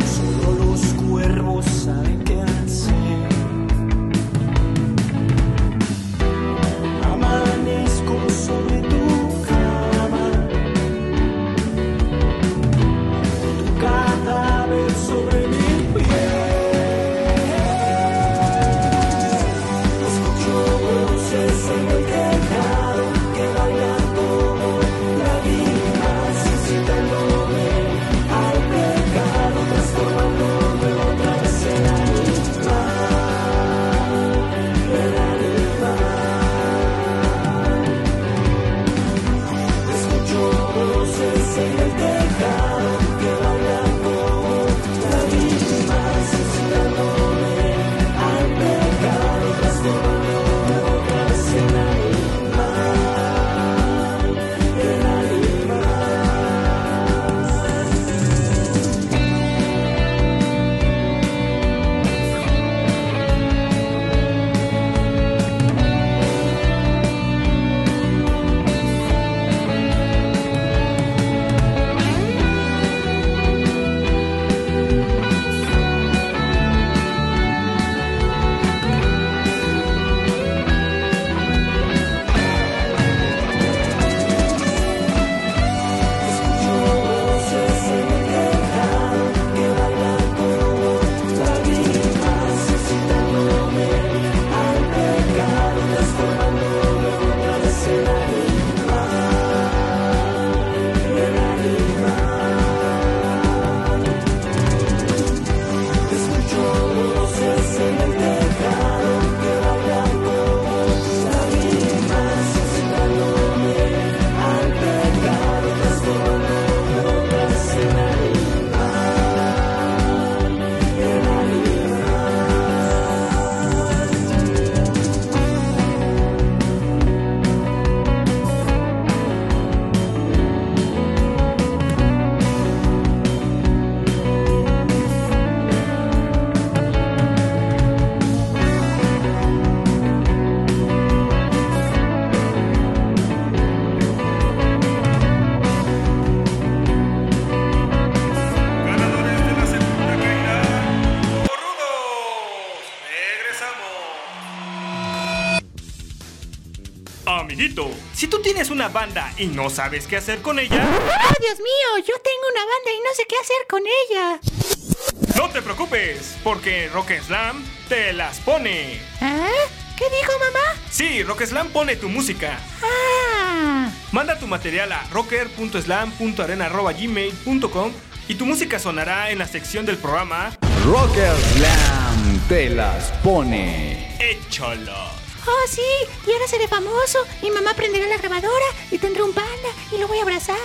Speaker 11: Solo los cuervos saben qué hacer. Amanezco sobre tu cama. Tu cadáver sobre mi piel. Escucho voces en el tejado que bailan como la vida, suscitándome al pecado, transformándome otra vez en animal, en animal. Escucho voces en el tejado que bailan como la vida, suscitándome al pecado, transformándome otra vez en animal, en animal. Thank
Speaker 3: Amiguito, si tú tienes una banda y no sabes qué hacer con ella,
Speaker 16: ¡Ah, Dios mío! Yo tengo una banda y no sé qué hacer con ella.
Speaker 3: no te preocupes, porque Rock Slam te las pone.
Speaker 16: ¿Ah? ¿Qué dijo mamá?
Speaker 3: Sí, Rock Slam pone tu música.
Speaker 16: ¡Ah!
Speaker 3: Manda tu material a rocker.slam.arena.gmail.com y tu música sonará en la sección del programa
Speaker 17: Rocker Slam te las pone.
Speaker 3: Échalo.
Speaker 16: ¡Oh, sí! Y ahora seré famoso. Mi mamá prenderá la grabadora y tendré un panda y lo voy a abrazar.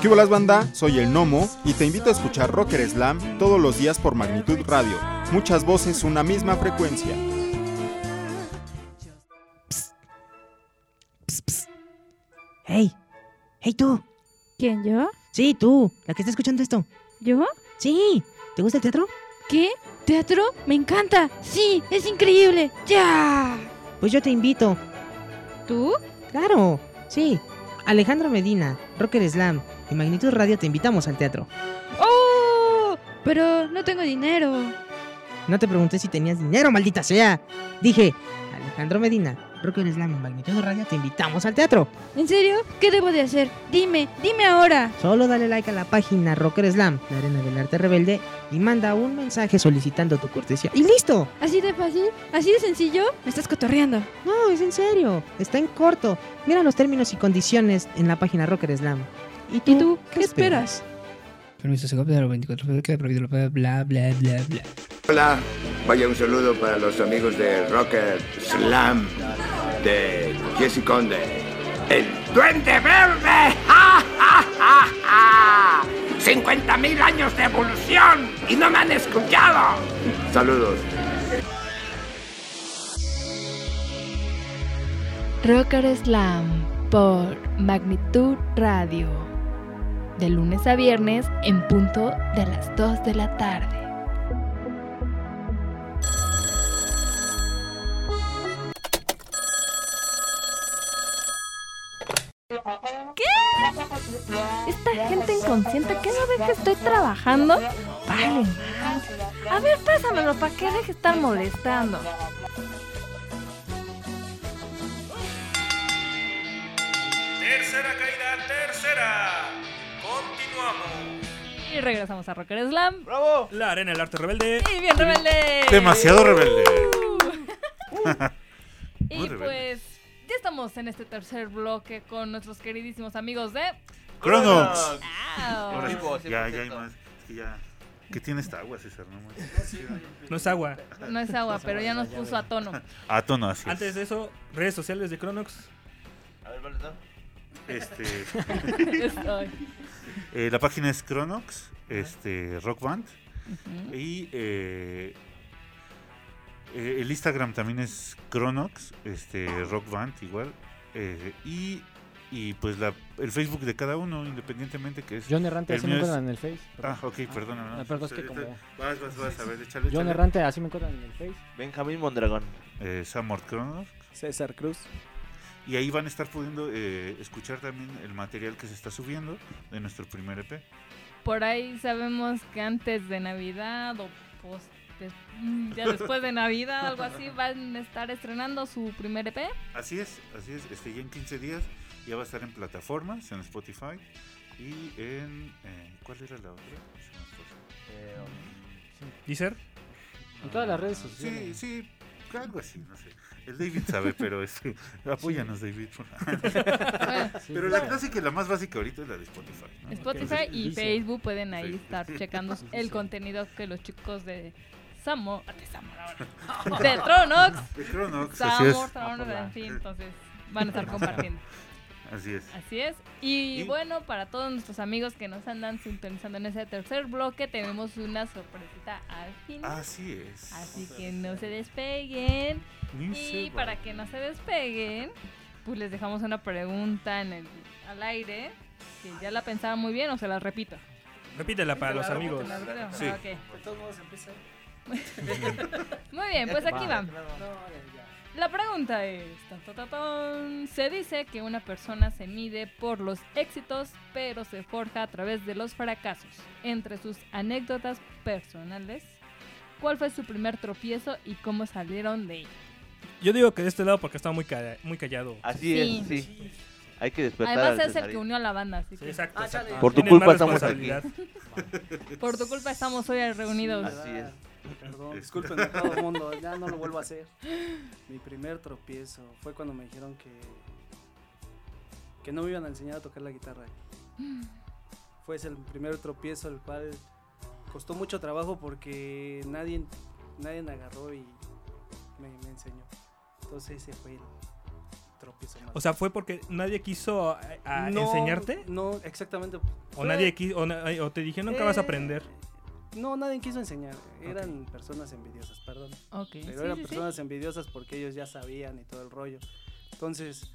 Speaker 18: ¿Qué bolas banda? Soy el Nomo y te invito a escuchar Rocker Slam todos los días por Magnitud Radio. Muchas voces, una misma frecuencia.
Speaker 10: Hey, hey tú.
Speaker 12: ¿Quién, yo?
Speaker 10: Sí, tú, la que está escuchando esto.
Speaker 12: ¿Yo?
Speaker 10: Sí. ¿Te gusta el teatro?
Speaker 12: ¿Qué? ¿Teatro? Me encanta. Sí, es increíble. Ya.
Speaker 10: Pues yo te invito.
Speaker 12: ¿Tú?
Speaker 10: Claro, sí. Alejandro Medina, Rocker Slam y Magnitud Radio te invitamos al teatro.
Speaker 12: ¡Oh! Pero no tengo dinero.
Speaker 10: No te pregunté si tenías dinero, maldita sea. Dije, Alejandro Medina, Rocker Slam y Magnitud Radio te invitamos al teatro.
Speaker 12: ¿En serio? ¿Qué debo de hacer? Dime, dime ahora.
Speaker 10: Solo dale like a la página Rocker Slam, la arena del arte rebelde, y manda un mensaje solicitando tu cortesía. ¡Y listo!
Speaker 12: ¿Así de fácil? ¿Así de sencillo? Me estás cotorreando.
Speaker 10: No, es en serio. Está en corto. Mira los términos y condiciones en la página Rocker Slam.
Speaker 12: ¿Y tú, qué esperas?
Speaker 19: Permiso, se copia de los 24 pero queda prohibido, bla, bla, bla, bla, bla.
Speaker 20: Hola, vaya un saludo para los amigos de Rocker Slam, de Jesse Conde, el Duende Verde. *laughs* ¡Ja, ja, ja, ja! ¡50 mil años de evolución! ¡Y no me han escuchado! Saludos.
Speaker 12: Rocker Slam por Magnitud Radio. De lunes a viernes en punto de las 2 de la tarde. ¿Qué? Esta gente inconsciente que no ve que estoy trabajando. Vale. madre. A ver, pásamelo para que deje de estar molestando.
Speaker 21: Tercera caída, tercera. Continuamos.
Speaker 2: Y regresamos a Rocker Slam.
Speaker 3: ¡Bravo! La arena del arte rebelde.
Speaker 2: Y bien rebelde.
Speaker 6: Demasiado rebelde.
Speaker 2: Y pues ya estamos en este tercer bloque con nuestros queridísimos amigos de
Speaker 6: Cronox.
Speaker 2: Au.
Speaker 6: Ahora sí,
Speaker 5: Vivo, siempre
Speaker 6: ya, ya hay
Speaker 5: sexto.
Speaker 6: más. Es que ya. ¿Qué tiene esta agua, César? No, mames.
Speaker 3: No es agua.
Speaker 2: No es agua, pero ya nos puso a tono.
Speaker 6: *laughs* A tono, así. es.
Speaker 3: Antes de eso, redes sociales de Cronox.
Speaker 5: A ver, ¿vale? está?
Speaker 3: *laughs*
Speaker 6: Este.
Speaker 2: Estoy.
Speaker 6: Eh, la página es Cronox, este, Rock Band.
Speaker 2: Ujú.
Speaker 6: Y eh, eh, el Instagram también es Cronox, este, Rock Band igual. eh, y, y pues la, el Facebook de cada uno, independientemente que es.
Speaker 4: John Errante,
Speaker 6: el
Speaker 4: así me
Speaker 6: mío es-
Speaker 4: encuentran en el Face.
Speaker 6: Ah, ok, perdóname. no,
Speaker 4: Ah, perdón, es que
Speaker 6: eh,
Speaker 4: como-
Speaker 6: Vas, vas, vas, a ver, échale.
Speaker 4: John
Speaker 6: échale.
Speaker 4: Errante, así me encuentran en el Face.
Speaker 5: Benjamín Mondragón.
Speaker 6: Eh, Samort Cronox.
Speaker 7: César Cruz.
Speaker 6: Y ahí van a estar pudiendo eh, escuchar también el material que se está subiendo de nuestro primer E EP.
Speaker 2: Por ahí sabemos que antes de Navidad o post- des- mm, ya después de Navidad, algo así, van a estar estrenando su primer E EP.
Speaker 6: Así es, así es. Este, ya en 15 días ya va a estar en plataformas, en Spotify y en... eh, ¿Cuál era la otra? Se me fue.
Speaker 3: ¿Dicer?
Speaker 4: En todas las redes
Speaker 6: Sí,
Speaker 4: sociales.
Speaker 6: sí, algo así, no sé. El David sabe, pero este, apóyanos David. por favor. pero la
Speaker 2: claro.
Speaker 6: clásica y la más básica ahorita es la de Spotify. ¿no?
Speaker 2: Spotify y
Speaker 6: Entonces,
Speaker 2: Facebook pueden
Speaker 6: *laughs*
Speaker 2: ahí
Speaker 6: Sí.
Speaker 2: estar checando
Speaker 3: *laughs*
Speaker 2: el contenido que los chicos de Samo, ah, de Samor
Speaker 6: *laughs*
Speaker 2: ahora, de Tronox,
Speaker 6: De Tronox, Ah, pues así es.
Speaker 2: Samor, Tronox, en fin, entonces van a estar compartiendo.
Speaker 6: Así es.
Speaker 2: Así es. Y, bueno, para todos nuestros amigos que nos andan sintonizando en ese tercer bloque, tenemos una sorpresita al final.
Speaker 6: Así es.
Speaker 2: Así que no se despeguen.
Speaker 6: Ni
Speaker 2: Y
Speaker 6: se
Speaker 2: para que no se despeguen, pues les dejamos una pregunta en el, al aire, que ya la pensaban muy bien, o se la repito.
Speaker 3: Repítela para los amigos.
Speaker 2: Sí.
Speaker 7: De todos modos empieza.
Speaker 2: *laughs* Muy bien,
Speaker 7: *laughs*
Speaker 2: pues aquí va.
Speaker 7: No, ya.
Speaker 2: La pregunta es, tan, tan, tan, tan. se dice que una persona se mide por los éxitos, pero se forja a través de los fracasos. Entre sus anécdotas personales, ¿cuál fue su primer tropiezo y cómo salieron de ello?
Speaker 3: Yo digo que de este lado porque está muy, calla- muy callado.
Speaker 5: Así es, sí. Hay que despertar.
Speaker 2: Además
Speaker 5: al
Speaker 2: es el
Speaker 5: Cesarín.
Speaker 2: que unió a la banda, así que...
Speaker 3: exacto,
Speaker 5: Ah, exacto. chale. Por tu culpa estamos aquí.
Speaker 2: Por tu culpa estamos hoy reunidos.
Speaker 7: Así es. Perdón, disculpen a todo el mundo, ya no lo vuelvo a hacer. Mi primer tropiezo fue cuando me dijeron que que no me iban a enseñar a tocar la guitarra. Fue ese el primer tropiezo el cual costó mucho trabajo porque nadie nadie me agarró y me, me enseñó. Entonces ese fue el tropiezo más.
Speaker 3: O sea, ¿fue porque nadie quiso a- a
Speaker 7: No,
Speaker 3: enseñarte?
Speaker 7: No, exactamente.
Speaker 3: ¿O
Speaker 7: Fue-
Speaker 3: nadie quiso, o, na- o te dijeron nunca vas a
Speaker 7: Eh,
Speaker 3: aprender?
Speaker 7: No, nadie quiso enseñar. Eran personas envidiosas, perdón.
Speaker 2: Ok,
Speaker 7: Pero
Speaker 2: sí,
Speaker 7: eran
Speaker 2: sí, sí.
Speaker 7: personas envidiosas porque ellos ya sabían y todo el rollo. Entonces,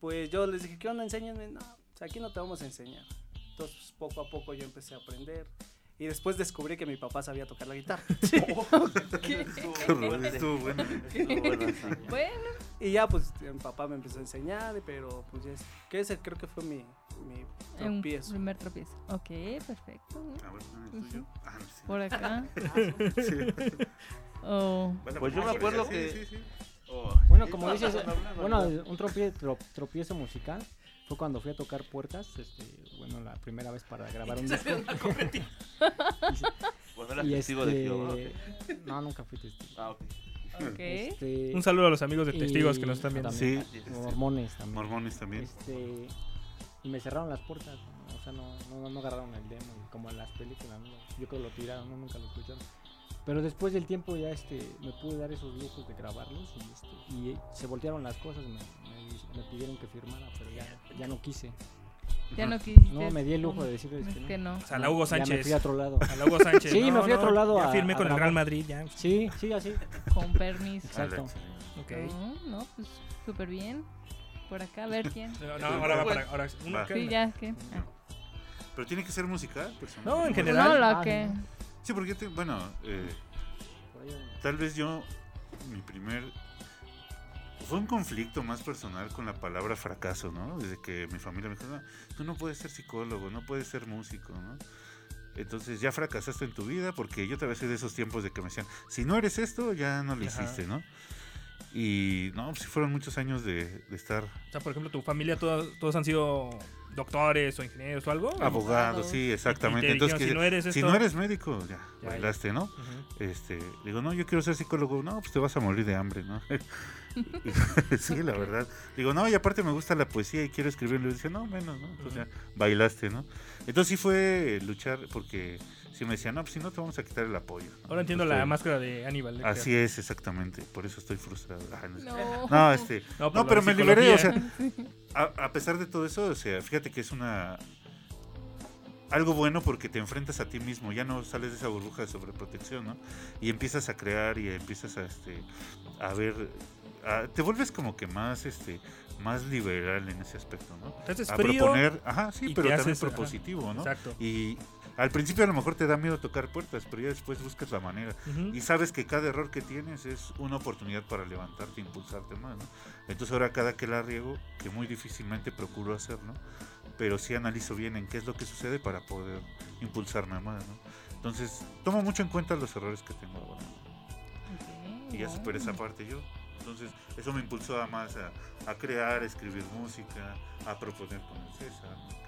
Speaker 7: pues yo les dije, ¿qué onda? Enséñenme. No, o sea, aquí no te vamos a enseñar. Entonces, pues, poco a poco yo empecé a aprender. Y después descubrí que mi papá sabía tocar la
Speaker 2: *laughs*
Speaker 7: guitarra.
Speaker 2: Estuvo bueno, estuvo bueno, estuvo bueno. Bueno.
Speaker 7: Y ya, pues, mi papá me empezó a enseñar, pero pues ya es- que ese creo que fue mi, mi
Speaker 2: Un
Speaker 7: tropiezo.
Speaker 2: primer tropiezo. Ok, perfecto. Ujú.
Speaker 7: Ah, sí.
Speaker 2: Por
Speaker 3: Ah,
Speaker 2: acá.
Speaker 7: Sí.
Speaker 4: *laughs*
Speaker 2: Oh.
Speaker 5: Pues yo me acuerdo que. Oh,
Speaker 4: Bueno, como dices, bueno, un tropie- tro- tropiezo musical fue cuando fui a tocar puertas, este, bueno, la primera vez para grabar un disco.
Speaker 5: *laughs*
Speaker 4: este,
Speaker 5: Cuando eras testigo de Jehová, ok.
Speaker 4: No, nunca fui testigo.
Speaker 5: Ah, ok.
Speaker 2: Ok.
Speaker 4: Este,
Speaker 3: Un saludo a los amigos de testigos que nos están viendo.
Speaker 4: también,
Speaker 6: Sí.
Speaker 4: Mormones también.
Speaker 6: Mormones también.
Speaker 4: Este, y me cerraron las puertas, ¿no? o sea, no, no, no agarraron el demo, y como en las películas, ¿no? yo creo que lo tiraron, ¿no? nunca lo escucharon. Pero después del tiempo ya este, me pude dar esos lujos de grabarlos y, este, y se voltearon las cosas, me, me- me pidieron que firmara, pero ya, ya no quise.
Speaker 2: Ya no quisiste.
Speaker 4: No, me di el lujo de decirles que no.
Speaker 2: Que no. O
Speaker 3: sea, la Hugo
Speaker 4: Ya
Speaker 3: Sánchez.
Speaker 4: me fui a otro lado.
Speaker 3: A la Hugo Sánchez,
Speaker 4: *laughs* Sí,
Speaker 3: no,
Speaker 4: me fui a otro
Speaker 3: no,
Speaker 4: lado.
Speaker 3: ya
Speaker 4: a-
Speaker 3: firmé
Speaker 4: a
Speaker 3: con el
Speaker 4: grabar.
Speaker 3: Real Madrid, ya.
Speaker 4: Sí, sí, así.
Speaker 2: Con permiso.
Speaker 4: Exacto.
Speaker 3: Ok.
Speaker 2: *laughs* No, no, pues súper bien. Por acá, a ver
Speaker 6: *laughs*
Speaker 2: quién.
Speaker 3: No, no, ahora va para- ahora- uno Ah.
Speaker 6: Va.
Speaker 3: que-
Speaker 2: Sí, ya, ¿qué?
Speaker 6: Pero tiene que ser musical. pues,
Speaker 3: No, en
Speaker 6: Bueno,
Speaker 3: general.
Speaker 2: No, la que-
Speaker 6: Sí, porque, te- bueno, eh, tal vez yo, mi primer... Fue un conflicto más personal con la palabra fracaso, ¿no? Desde que mi familia me dijo, "No, tú no puedes ser psicólogo, no puedes ser músico, ¿no? Entonces ya fracasaste en tu vida porque yo todavía soy de esos tiempos de que me decían, si no eres esto, ya no lo
Speaker 3: Ajá.
Speaker 6: hiciste, ¿no? Y no, pues sí fueron muchos años de, de estar
Speaker 3: O sea, por ejemplo, tu familia, todos, todos han sido doctores o ingenieros o algo.
Speaker 6: Abogado, sí,
Speaker 3: Y
Speaker 6: exactamente.
Speaker 3: te
Speaker 6: Entonces,
Speaker 3: dijeron, si
Speaker 6: que-
Speaker 3: no eres esto,
Speaker 6: médico, ya,
Speaker 3: Ya,
Speaker 6: bailaste, ¿no? Este, digo, no, yo quiero ser psicólogo. No, pues te vas a morir de
Speaker 3: *laughs*
Speaker 6: hambre, ¿no? *laughs* Y- sí, la verdad. Digo, no, y aparte me gusta la poesía y quiero escribir un libro. Dice, no, menos, ¿no? Entonces, ya, bailaste, ¿no? Entonces sí fue luchar porque si me decían, no, pues si no te vamos a quitar el apoyo. ¿no?
Speaker 3: Ahora entiendo la
Speaker 6: Entonces,
Speaker 3: máscara de Aníbal Lecter.
Speaker 6: Así es, exactamente. Por eso estoy frustrado. Ah, no, es-
Speaker 3: No.
Speaker 6: No, este,
Speaker 3: No,
Speaker 6: no,
Speaker 3: por la
Speaker 6: pero me liberé, o sea,
Speaker 3: psicología.
Speaker 6: a, a pesar de todo eso, o sea, fíjate que es una algo bueno porque te enfrentas a ti mismo, ya no sales de esa burbuja de sobreprotección, ¿no? Y empiezas a crear y empiezas a este a ver a- te vuelves como que más este más liberal en ese aspecto, ¿no?
Speaker 3: Te haces
Speaker 6: a
Speaker 3: frío
Speaker 6: proponer, ajá,
Speaker 3: y
Speaker 6: sí,
Speaker 3: te
Speaker 6: pero también
Speaker 3: haces- ajá,
Speaker 6: propositivo, ¿no?
Speaker 3: exacto.
Speaker 6: Y al principio a lo mejor te da miedo tocar puertas, pero ya después buscas la manera
Speaker 3: Ujú.
Speaker 6: y sabes que cada error que tienes es una oportunidad para levantarte, e impulsarte más, ¿no? Entonces ahora cada que la riego, que muy difícilmente procuro hacerlo, pero sí analizo bien en qué es lo que sucede para poder impulsarme más, ¿no? Entonces tomo mucho en cuenta los errores que tengo ahora. Y ya superé esa parte yo. Entonces eso me impulsó a más a, a crear, a escribir música, a proponer con el César, ¿no? Que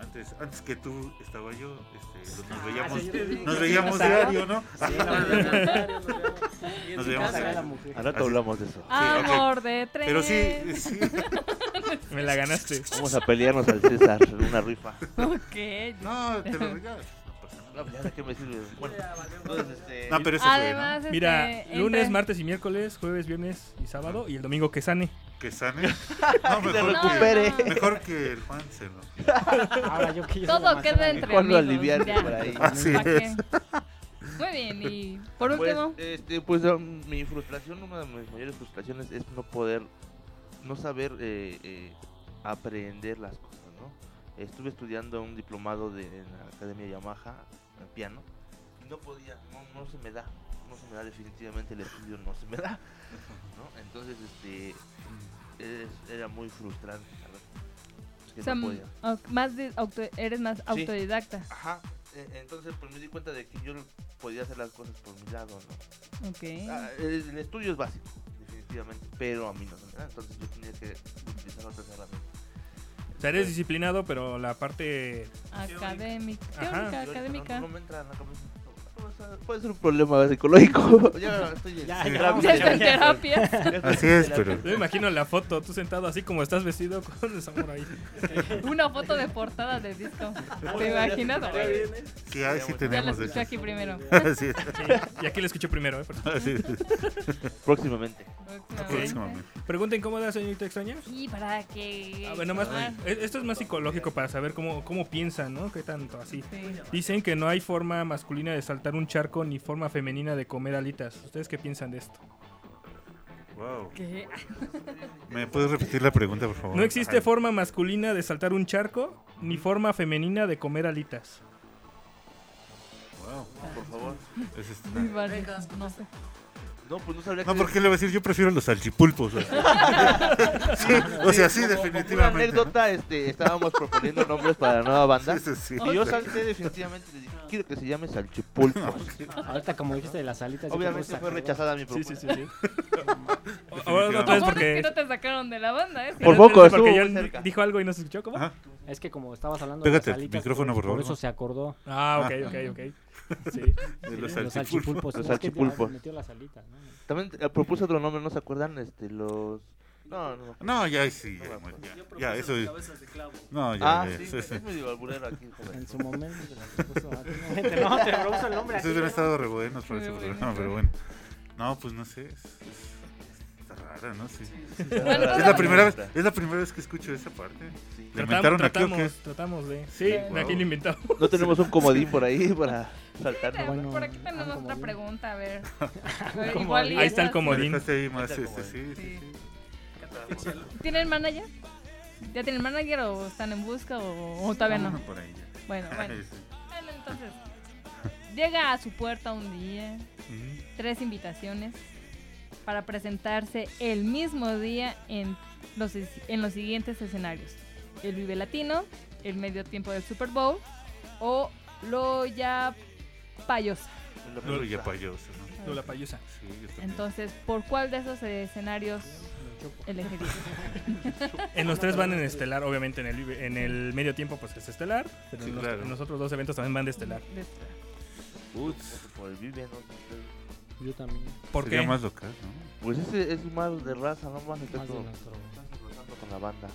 Speaker 6: Antes, antes que tú estaba yo, este, nos veíamos,
Speaker 5: Ah, sí, yo te digo,
Speaker 6: nos
Speaker 5: sí,
Speaker 6: veíamos
Speaker 5: pasaba.
Speaker 6: diario, ¿no?
Speaker 5: Sí, nos veíamos diario, nos veíamos. Y en
Speaker 6: Nos
Speaker 5: tu
Speaker 6: veíamos
Speaker 5: casa,
Speaker 6: diario.
Speaker 5: la mujer. Al rato
Speaker 6: Así.
Speaker 5: hablamos de eso.
Speaker 6: Sí, ok.
Speaker 2: Amor de tres.
Speaker 6: Pero sí,
Speaker 2: *laughs*
Speaker 6: sí.
Speaker 3: Me la ganaste.
Speaker 5: Vamos a pelearnos al César en una rifa.
Speaker 2: Ok.
Speaker 6: No, *laughs* te lo
Speaker 2: regalas.
Speaker 5: No, pues ya, ¿de qué me sirve? Bueno, entonces, este...
Speaker 3: No, pero
Speaker 6: eso fue,
Speaker 2: Además, este,
Speaker 3: Mira,
Speaker 2: entre-
Speaker 3: lunes, martes y miércoles, jueves, viernes y sábado y el domingo que sane. *laughs*
Speaker 6: Que sane. No,
Speaker 3: Que se
Speaker 6: mejor,
Speaker 3: recupere.
Speaker 6: Que, mejor que el Juan se lo.
Speaker 4: Ahora yo que yo soy la
Speaker 2: Todo
Speaker 4: más
Speaker 2: queda
Speaker 4: grande.
Speaker 2: entre
Speaker 5: Mejor
Speaker 2: amigos,
Speaker 5: lo aliviaron
Speaker 2: ya.
Speaker 5: por ahí.
Speaker 6: Así
Speaker 2: ¿Pa' qué?
Speaker 6: es.
Speaker 2: Muy bien,
Speaker 5: *laughs*
Speaker 2: y por
Speaker 5: Pues,
Speaker 2: último.
Speaker 5: este, pues um, mi frustración, una de mis mayores frustraciones es no poder, no saber eh, eh, aprender las cosas, ¿no? Estuve estudiando un diplomado de, en la Academia Yamaha, en piano, y no podía, no, no se me da, no se me da definitivamente el estudio, no se me da, ¿no? Entonces, este, es- era muy frustrante, ¿sabes? Que
Speaker 2: o sea,
Speaker 5: no podía.
Speaker 2: au- más de- auto- eres más autodidacta.
Speaker 5: Ajá, eh, entonces pues me di cuenta de que yo podía hacer las cosas por mi lado, ¿no?
Speaker 2: Ok.
Speaker 5: Ah, el, el estudio es básico, definitivamente. efectivamente, pero a mí no se me da, entonces yo tenía que utilizar otras herramientas.
Speaker 3: O sea, eres disciplinado, pero la parte...
Speaker 2: Académica.
Speaker 3: Ajá.
Speaker 2: Teórica,
Speaker 5: Teórica,
Speaker 2: académica.
Speaker 5: No me entra en la cabeza. Puede ser un problema psicológico.
Speaker 3: Ya,
Speaker 5: *laughs* ya estoy en
Speaker 3: ya,
Speaker 5: terapia.
Speaker 3: ya está en
Speaker 2: terapia.
Speaker 6: *laughs*
Speaker 3: *laughs*
Speaker 6: Así es, pero-
Speaker 3: Yo me imagino la foto, tú sentado así como estás vestido con el
Speaker 2: *laughs*
Speaker 3: samurái.
Speaker 2: Una foto de portada de disco.
Speaker 5: *laughs*
Speaker 2: ¿Te imaginas?
Speaker 5: ¿eh?
Speaker 6: Sí, ahí sí
Speaker 2: Ya la
Speaker 6: tenemos. de
Speaker 2: escuché
Speaker 6: hecho.
Speaker 2: aquí primero.
Speaker 6: *laughs* Así es.
Speaker 3: Y aquí la escuché primero, ¿eh?
Speaker 6: Así es.
Speaker 5: Próximamente.
Speaker 6: Próximamente.
Speaker 3: Pregunta incómoda, señorita extraña.
Speaker 2: Y para Ah. que.
Speaker 3: A ver, nomás, eh, esto es más psicológico para saber cómo, cómo piensan, ¿no? ¿Qué tanto así? Dicen que no hay forma masculina de saltar un charco ni forma femenina de comer alitas. ¿Ustedes qué piensan de esto?
Speaker 6: Wow.
Speaker 2: ¿Qué?
Speaker 6: ¿Me puedes repetir la pregunta, por favor?
Speaker 3: No existe
Speaker 6: Ay.
Speaker 3: forma masculina de saltar un charco ni forma femenina de comer alitas.
Speaker 5: Wow, por favor.
Speaker 6: Es este-
Speaker 2: Muy vale, No sé.
Speaker 5: No, pues no sabría
Speaker 6: No,
Speaker 5: qué-
Speaker 6: porque le voy a decir, yo prefiero los salchipulpos. o
Speaker 5: *laughs*
Speaker 6: sea. Sí, o sea, sí,
Speaker 5: como- como
Speaker 6: definitivamente.
Speaker 5: pura anécdota, este, estábamos proponiendo nombres para la nueva banda.
Speaker 6: Sí, sí, sí.
Speaker 5: Y yo salté definitivamente y le dije, quiero que se llame Salchipulpo.
Speaker 6: *laughs*
Speaker 4: Ahorita como dijiste de las alitas. yo
Speaker 5: Obviamente
Speaker 4: como
Speaker 5: fue
Speaker 4: saco-
Speaker 5: rechazada mi propuesta. *laughs*
Speaker 3: Ahora otra
Speaker 2: Lo
Speaker 3: vez
Speaker 2: bueno
Speaker 3: porque...
Speaker 2: es que no te sacaron de la banda, ¿eh?
Speaker 3: Por
Speaker 4: poco,
Speaker 3: porque
Speaker 4: estuvo
Speaker 3: ya
Speaker 4: muy cerca.
Speaker 3: dijo algo y no se escuchó, ¿cómo?
Speaker 4: Es que como estabas hablando
Speaker 6: Pégate
Speaker 4: de
Speaker 6: el
Speaker 4: las alitas,
Speaker 6: micrófono, por favor.
Speaker 4: eso se acordó.
Speaker 3: Ah, ok,
Speaker 4: Ah.
Speaker 3: ok,
Speaker 4: *laughs*
Speaker 3: ok. Sí.
Speaker 6: De los
Speaker 4: Los
Speaker 6: salchipulpos.
Speaker 4: salchipulpos.
Speaker 5: Los
Speaker 4: Es que
Speaker 5: salchipulpos.
Speaker 4: metió las alitas, ¿no?
Speaker 5: También eh, propuse otro nombre, ¿no se acuerdan? Este, los... No, no.
Speaker 6: No, ya sí.
Speaker 5: No me
Speaker 6: Ya,
Speaker 5: acuerdo.
Speaker 6: ya,
Speaker 5: Yo
Speaker 6: ya,
Speaker 5: propuse
Speaker 6: eso
Speaker 5: los
Speaker 6: es.
Speaker 5: cabezas de clavo.
Speaker 6: No, ya.
Speaker 5: Ah,
Speaker 6: ya,
Speaker 5: sí,
Speaker 6: eso
Speaker 5: es medio alburero aquí, joder.
Speaker 4: En su momento te las puso. a ti, No,
Speaker 5: Te-
Speaker 4: no, te propuso el nombre.
Speaker 6: Ustedes hubieran estado re buenos para
Speaker 4: Muy
Speaker 6: ese
Speaker 4: bueno.
Speaker 6: programa, pero bueno. No, pues no sé. es- es- Está rara, ¿no? Sí.
Speaker 3: está rara.
Speaker 6: Es la primera vez, es la primera vez que escucho esa parte. ¿La inventaron
Speaker 3: Tratamos,
Speaker 6: aquí o
Speaker 3: tratamos, tratamos de... Sí,
Speaker 6: wow.
Speaker 3: aquí lo inventamos.
Speaker 5: No tenemos un comodín por ahí para saltarnos.
Speaker 2: Por aquí tenemos otra pregunta, a ver.
Speaker 6: qué?
Speaker 2: Igual y
Speaker 3: Ahí está el
Speaker 2: esas-
Speaker 3: comodín.
Speaker 6: Dejaste ahí más,
Speaker 3: Ahí está
Speaker 6: este,
Speaker 3: el
Speaker 6: sí, sí, sí.
Speaker 2: ¿Tienen manager? ¿Ya tienen manager o están en busca o, o todavía no?
Speaker 6: Vámonos por ahí ya. *laughs*
Speaker 2: Bueno,
Speaker 11: *laughs*
Speaker 2: bueno.
Speaker 6: Sí.
Speaker 2: Bueno, entonces, llega a su puerta un día, tres invitaciones para presentarse el mismo día en los, es- en los siguientes escenarios. El Vive Latino, el medio tiempo del Super Bowl o Loya Payosa.
Speaker 6: No, ya payoso, ¿no?
Speaker 3: Lola Payosa.
Speaker 6: Sí, yo también.
Speaker 2: Entonces, ¿por cuál de esos escenarios elegiría?
Speaker 3: En los tres van en estelar, obviamente en el, en el medio tiempo pues es estelar, pero
Speaker 6: Sí,
Speaker 3: en, los,
Speaker 6: claro.
Speaker 3: en los otros dos eventos también van de estelar.
Speaker 5: Ups, por el vive, ¿no?
Speaker 4: Yo también.
Speaker 3: ¿Por
Speaker 6: Sería
Speaker 3: qué?
Speaker 6: más local, ¿no?
Speaker 5: Pues ese es más de raza, no más está
Speaker 4: Más de
Speaker 5: todo-
Speaker 4: nuestro.
Speaker 5: estás rozando con la banda.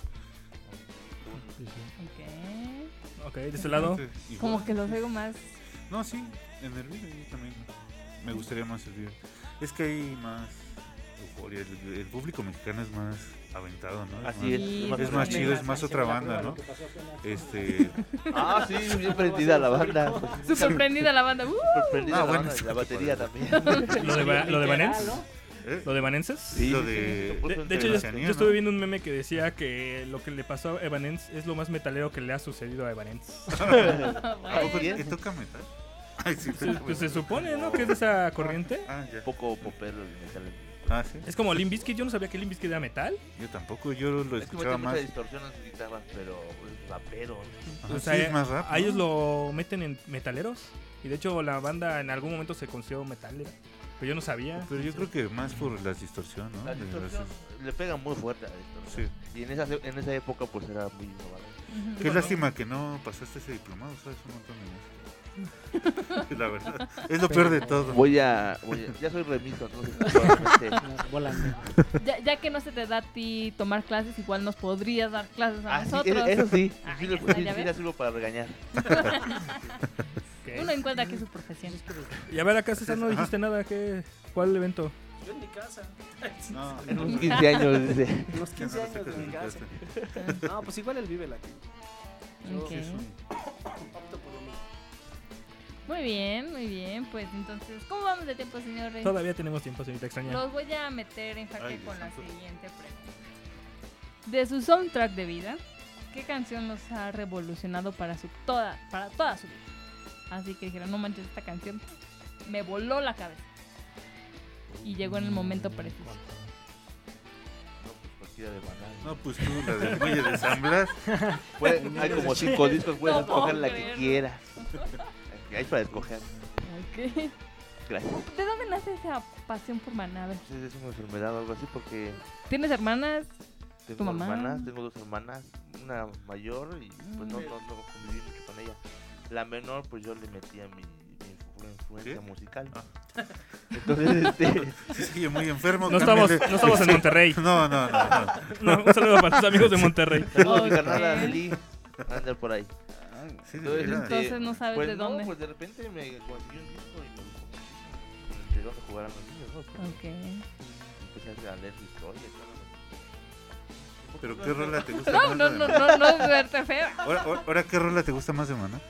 Speaker 4: Sí, sí.
Speaker 2: Ok.
Speaker 3: Ok, de este lado.
Speaker 6: Sí, igual.
Speaker 2: Como que los veo más...
Speaker 6: No,
Speaker 2: *laughs*
Speaker 6: sí, en el video yo también. Me gustaría más el video. Es que hay más euforia. El, el público mexicano es más aventado, ¿no?
Speaker 5: Así es,
Speaker 6: más-
Speaker 5: es
Speaker 6: Es
Speaker 5: más
Speaker 6: más,
Speaker 5: aventada.
Speaker 6: chido, es más otra banda, ¿no? Este.
Speaker 5: *laughs* Ah, sí, bien prendida la *laughs* banda.
Speaker 2: Súper prendida la banda. ¡uh!
Speaker 5: Prendida
Speaker 6: Ah,
Speaker 5: la
Speaker 6: bueno,
Speaker 5: banda y
Speaker 6: sí,
Speaker 5: la batería también.
Speaker 3: *laughs* ¿Lo de, Ba- lo de Vanenses?
Speaker 6: ¿Eh?
Speaker 3: ¿Lo de Vanenses?
Speaker 6: Sí, Lo sí, sí, de- se puso
Speaker 3: de,
Speaker 6: entre
Speaker 3: hecho, yo,
Speaker 6: Oceanía,
Speaker 3: yo
Speaker 6: ¿no?
Speaker 3: estuve viendo un meme que decía que lo que le pasó a Evanens es lo más metalero que le ha sucedido a
Speaker 6: *laughs*
Speaker 3: Evanens.
Speaker 6: ¿A poco que toca metal? *laughs* Ay, sí,
Speaker 3: Se- pues se supone, ¿no? Que es de esa corriente.
Speaker 6: Ah, ya.
Speaker 5: Un poco popero el metal.
Speaker 6: Ah, sí.
Speaker 3: Es como Limp Bizkit, yo no sabía que Limp Bizkit era metal.
Speaker 6: Yo tampoco, yo lo
Speaker 5: Es que
Speaker 6: escuchaba
Speaker 5: meten mucha
Speaker 6: más.
Speaker 5: distorsión en sus guitarras, pero es rapero.
Speaker 6: Ajá,
Speaker 3: o sea,
Speaker 6: sí, es más rap,
Speaker 3: a ellos
Speaker 6: ¿no?
Speaker 3: lo meten en metaleros. Y de hecho, la banda en algún momento se consideró metalera. Pero yo no sabía.
Speaker 6: Pero yo creo que más por la distorsión, ¿no? *laughs*
Speaker 5: La distorsión le pega muy fuerte a la distorsión. Y en esa, en esa época pues era muy innovador.
Speaker 6: Qué lástima que no pasaste ese diplomado, sabes un montón de música. *laughs* La verdad, es lo peor de todo.
Speaker 5: Voy a, voy a- ya soy remiso, entonces probablemente-
Speaker 2: Ya, ya que no se te da a ti tomar clases, igual nos podrías dar clases a
Speaker 5: Ah, sí,
Speaker 2: nosotros.
Speaker 5: eso
Speaker 2: *laughs*
Speaker 5: sí,
Speaker 2: Ah,
Speaker 5: sí,
Speaker 2: ya
Speaker 5: lo-
Speaker 2: está,
Speaker 5: sí,
Speaker 2: ya
Speaker 5: sí
Speaker 2: ves.
Speaker 5: la sirvo para regañar.
Speaker 2: *laughs* Uno encuentra que es su profesión.
Speaker 3: Y a ver,
Speaker 6: *laughs*
Speaker 3: acá César no dijiste nada. ¿qué? ¿Cuál evento?
Speaker 7: Yo en mi casa. *laughs*
Speaker 5: En unos 15 años, dice.
Speaker 7: Unos 15
Speaker 6: Ya no
Speaker 7: años
Speaker 6: lo
Speaker 7: en mi
Speaker 6: sacas
Speaker 7: casa.
Speaker 6: de este
Speaker 7: *laughs* No, pues igual él vive latino. Yo
Speaker 2: Ok.
Speaker 7: opto por lo mismo.
Speaker 2: Muy bien, muy bien. Pues entonces, ¿cómo vamos de tiempo, señores?
Speaker 3: Todavía tenemos tiempo, señorita extraña.
Speaker 2: Los voy a meter en jaque
Speaker 3: Ay,
Speaker 2: con la
Speaker 3: Dios santo.
Speaker 2: siguiente pregunta. De su soundtrack de vida, ¿qué canción los ha revolucionado para su toda, para toda su vida? Así que dijeron, no manches, esta canción me voló la cabeza. Y llegó en el momento preciso.
Speaker 5: Cualquiera de banana.
Speaker 6: No, pues tú, la del Muelle de San Blas.
Speaker 5: Puede- hay como cinco discos, puedes
Speaker 2: No puedo
Speaker 5: escoger la que
Speaker 2: creerlo.
Speaker 5: quieras. Hay para escoger.
Speaker 2: Ok.
Speaker 5: Gracias.
Speaker 2: ¿De dónde nace esa pasión por Maná. A ver,
Speaker 5: Sí, es una enfermedad o algo así porque
Speaker 2: ¿Tienes hermanas?
Speaker 5: tengo
Speaker 2: ¿Tu mamá?
Speaker 5: hermanas, tengo dos hermanas, una mayor y pues
Speaker 3: Mm.
Speaker 5: no, no, no conviví mucho con ella. La menor pues yo le metía mi, mi influ- influencia musical. *laughs* Entonces, este...
Speaker 6: Ah. *laughs* Sí, sí, muy enfermo.
Speaker 3: No estamos-
Speaker 6: cámbiale.
Speaker 3: no estamos en
Speaker 6: Sí.
Speaker 3: Monterrey.
Speaker 6: *laughs* No, no, no. no.
Speaker 3: No, un saludo para tus amigos de
Speaker 6: Sí.
Speaker 3: Monterrey.
Speaker 5: *laughs* Saludos a mi
Speaker 3: Ok.
Speaker 5: carnal Adeli, anda por ahí.
Speaker 6: sí, de verdad.
Speaker 2: Entonces no sabes
Speaker 5: pues
Speaker 2: de dónde.
Speaker 5: pues de repente me conseguí un disco y me gustó muchísimo, con el de dónde jugaran los niños, ¿no?
Speaker 2: Ok.
Speaker 5: Empecé a leer mis oye, claro.
Speaker 6: Pero qué rola te gusta
Speaker 2: No,
Speaker 6: más.
Speaker 2: no,
Speaker 6: de
Speaker 2: no,
Speaker 6: Maná?
Speaker 2: no, no, verte feo.
Speaker 6: Ahora, ahora- ahora, ¿qué rola te gusta más de Maná?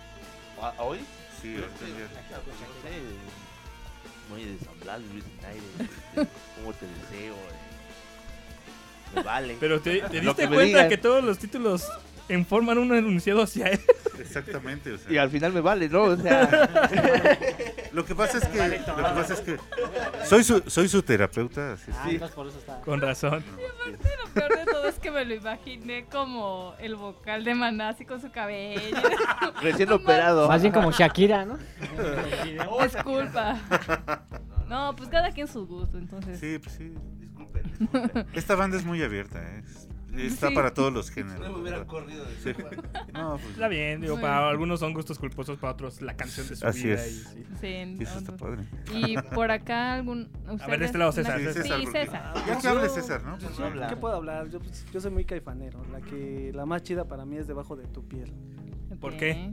Speaker 5: ¿A- a ¿Hoy?
Speaker 6: Sí,
Speaker 5: Pero
Speaker 6: ahorita
Speaker 5: es que,
Speaker 6: ya.
Speaker 5: no sé, Muy de San Blas, Luis en aire, este, *laughs* cómo te deseo, eh, me vale.
Speaker 3: Pero te, te
Speaker 5: Lo
Speaker 3: diste
Speaker 5: me
Speaker 3: cuenta
Speaker 5: digan.
Speaker 3: que todos los títulos informan un enunciado hacia él.
Speaker 6: Exactamente, o sea.
Speaker 5: Y al final me vale, ¿no? O sea...
Speaker 6: *laughs* Lo que pasa es que, lo que pasa es que soy su, soy su terapeuta, así es.
Speaker 4: Ah, entonces por eso está.
Speaker 3: Con razón.
Speaker 2: Y aparte lo peor de todo es que me lo imaginé como el vocal de Maná así con su cabello.
Speaker 6: *laughs*
Speaker 5: Recién operado.
Speaker 4: Más bien
Speaker 5: *laughs*
Speaker 4: como Shakira, ¿no?
Speaker 2: Disculpa. No, pues cada quien su gusto,
Speaker 6: *laughs*
Speaker 2: entonces.
Speaker 6: Sí, pues sí. Esta banda es muy abierta, ¿eh? Está
Speaker 2: Sí.
Speaker 6: para todos los géneros.
Speaker 5: No me hubiera
Speaker 6: ¿verdad?
Speaker 5: corrido de
Speaker 6: Sí.
Speaker 5: esa banda.
Speaker 6: No, pues,
Speaker 3: Está bien, digo,
Speaker 2: Muy
Speaker 3: para
Speaker 2: bien.
Speaker 3: algunos son gustos culposos, para otros la canción de su
Speaker 6: Así
Speaker 3: vida.
Speaker 6: es.
Speaker 3: y sí.
Speaker 2: Sí,
Speaker 6: Eso está
Speaker 2: no, no.
Speaker 6: padre.
Speaker 2: Y
Speaker 3: *laughs*
Speaker 2: por acá algún
Speaker 3: A ver, de este lado, César.
Speaker 6: Sí, César,
Speaker 2: Sí,
Speaker 6: porque-
Speaker 2: César.
Speaker 6: Ya que hable César, ¿no? Pues,
Speaker 5: habla.
Speaker 7: ¿Qué puedo hablar? Yo, pues, yo soy muy caifanero. La que la más chida para mí es debajo de tu piel.
Speaker 3: ¿Por qué?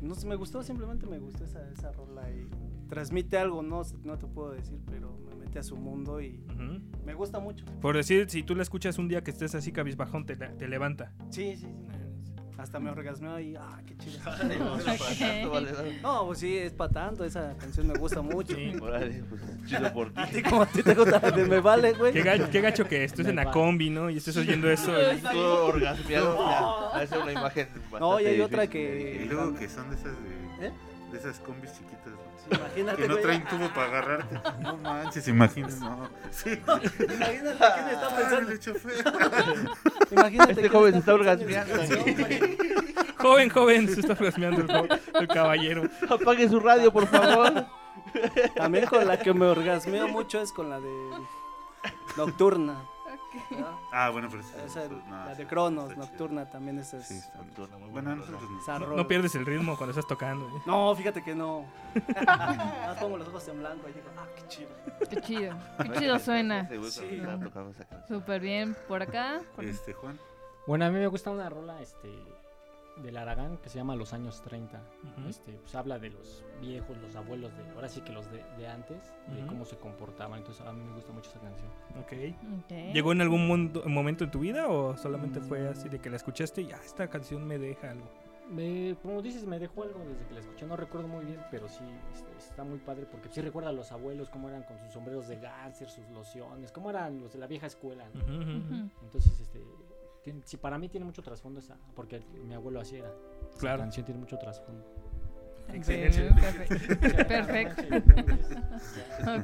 Speaker 7: No sé, me gustó, simplemente me gustó esa, esa rola y transmite algo, no, no te puedo decir, pero me mete a su mundo y
Speaker 3: Ujú.
Speaker 7: me gusta mucho.
Speaker 3: Por decir, si tú la escuchas un día que estés así cabizbajón, te, te levanta.
Speaker 7: Sí, sí, sí. Hasta me orgasmeo y ah, qué
Speaker 5: *laughs*
Speaker 7: chido.
Speaker 5: tanto, vale, vale.
Speaker 7: No, pues sí, es para tanto, esa canción me gusta mucho.
Speaker 3: Sí.
Speaker 5: Órale, pues, chido por ti.
Speaker 7: *laughs* A ti como a ti te gusta, me vale, güey.
Speaker 3: Qué, ga- qué gacho que estés
Speaker 7: Me
Speaker 3: en la
Speaker 7: va.
Speaker 3: combi, ¿no? Y estés oyendo eso.
Speaker 5: Todo orgasmeado. ya. Va a ser una imagen
Speaker 7: No, y hay
Speaker 5: bastante
Speaker 7: otra
Speaker 5: difícil de
Speaker 7: que-
Speaker 6: Y
Speaker 5: digerir.
Speaker 6: luego que son de esas de,
Speaker 7: ¿Eh?
Speaker 6: de esas combis chiquitas. ¿no?
Speaker 7: Sí, imagínate,
Speaker 6: Que no
Speaker 7: güey.
Speaker 6: traen tubo para agarrarte. No manches, imagínate, no. Sí. Ah,
Speaker 7: Imagínate quién está pensando.
Speaker 6: el
Speaker 7: *laughs*
Speaker 6: *laughs* chofer.
Speaker 7: Imagínate
Speaker 5: Este
Speaker 7: quién está pensando en
Speaker 5: joven está
Speaker 7: esa
Speaker 5: orgasmeando.
Speaker 7: canción, güey.
Speaker 3: Joven, joven, se está plasmeando el, jo- el caballero.
Speaker 5: Apague su radio, por favor.
Speaker 7: También con la que me orgasmeo mucho es con la de Nocturna. ¿no?
Speaker 6: Ah, bueno, pero esa-
Speaker 7: Esa,
Speaker 6: no,
Speaker 7: la de
Speaker 6: esa-
Speaker 7: Cronos,
Speaker 6: está chida.
Speaker 7: Nocturna también esa es.
Speaker 6: Sí, está muy
Speaker 5: Nocturna, muy
Speaker 6: Bueno,
Speaker 5: buena
Speaker 6: nosotros no.
Speaker 7: esa
Speaker 3: No,
Speaker 7: rola.
Speaker 3: no pierdes el ritmo cuando estás tocando. ¿eh?
Speaker 7: No, fíjate que
Speaker 3: *laughs*
Speaker 7: no. Nada más pongo los ojos en blanco y digo, ah, qué chido.
Speaker 2: Qué chido. Qué chido suena.
Speaker 5: Seguro que
Speaker 7: Sí.
Speaker 5: estaba tocando esa canción.
Speaker 2: Súper bien. Por acá. por-
Speaker 6: Este, Juan.
Speaker 4: Bueno, a mí me gusta una rola este, del Aragán que se llama Los años 30.
Speaker 3: Ujú.
Speaker 4: este, pues, habla de los viejos, los abuelos, de, ahora sí que los de, de antes, de
Speaker 3: Ujú.
Speaker 4: cómo se comportaban. Entonces a mí me gusta mucho esa canción.
Speaker 3: Ok.
Speaker 2: Ok.
Speaker 3: ¿Llegó en algún mundo- momento en tu vida o solamente fue así de que la escuchaste y ah, esta canción me deja algo?
Speaker 4: Me- como dices, me dejó algo desde que la escuché. No recuerdo muy bien, pero sí este, está muy padre porque sí recuerda a los abuelos, cómo eran con sus sombreros de gánster, sus lociones, cómo eran los de la vieja escuela. ¿no?
Speaker 3: Ujú, ujú, ujú.
Speaker 2: Ujú.
Speaker 4: Entonces, este, tiene- sí, para mí tiene mucho trasfondo esa, porque mi abuelo así era. Esa
Speaker 3: Claro.
Speaker 4: canción tiene mucho trasfondo.
Speaker 3: Excelente.
Speaker 4: *laughs*
Speaker 2: Perfecto. Perfecto.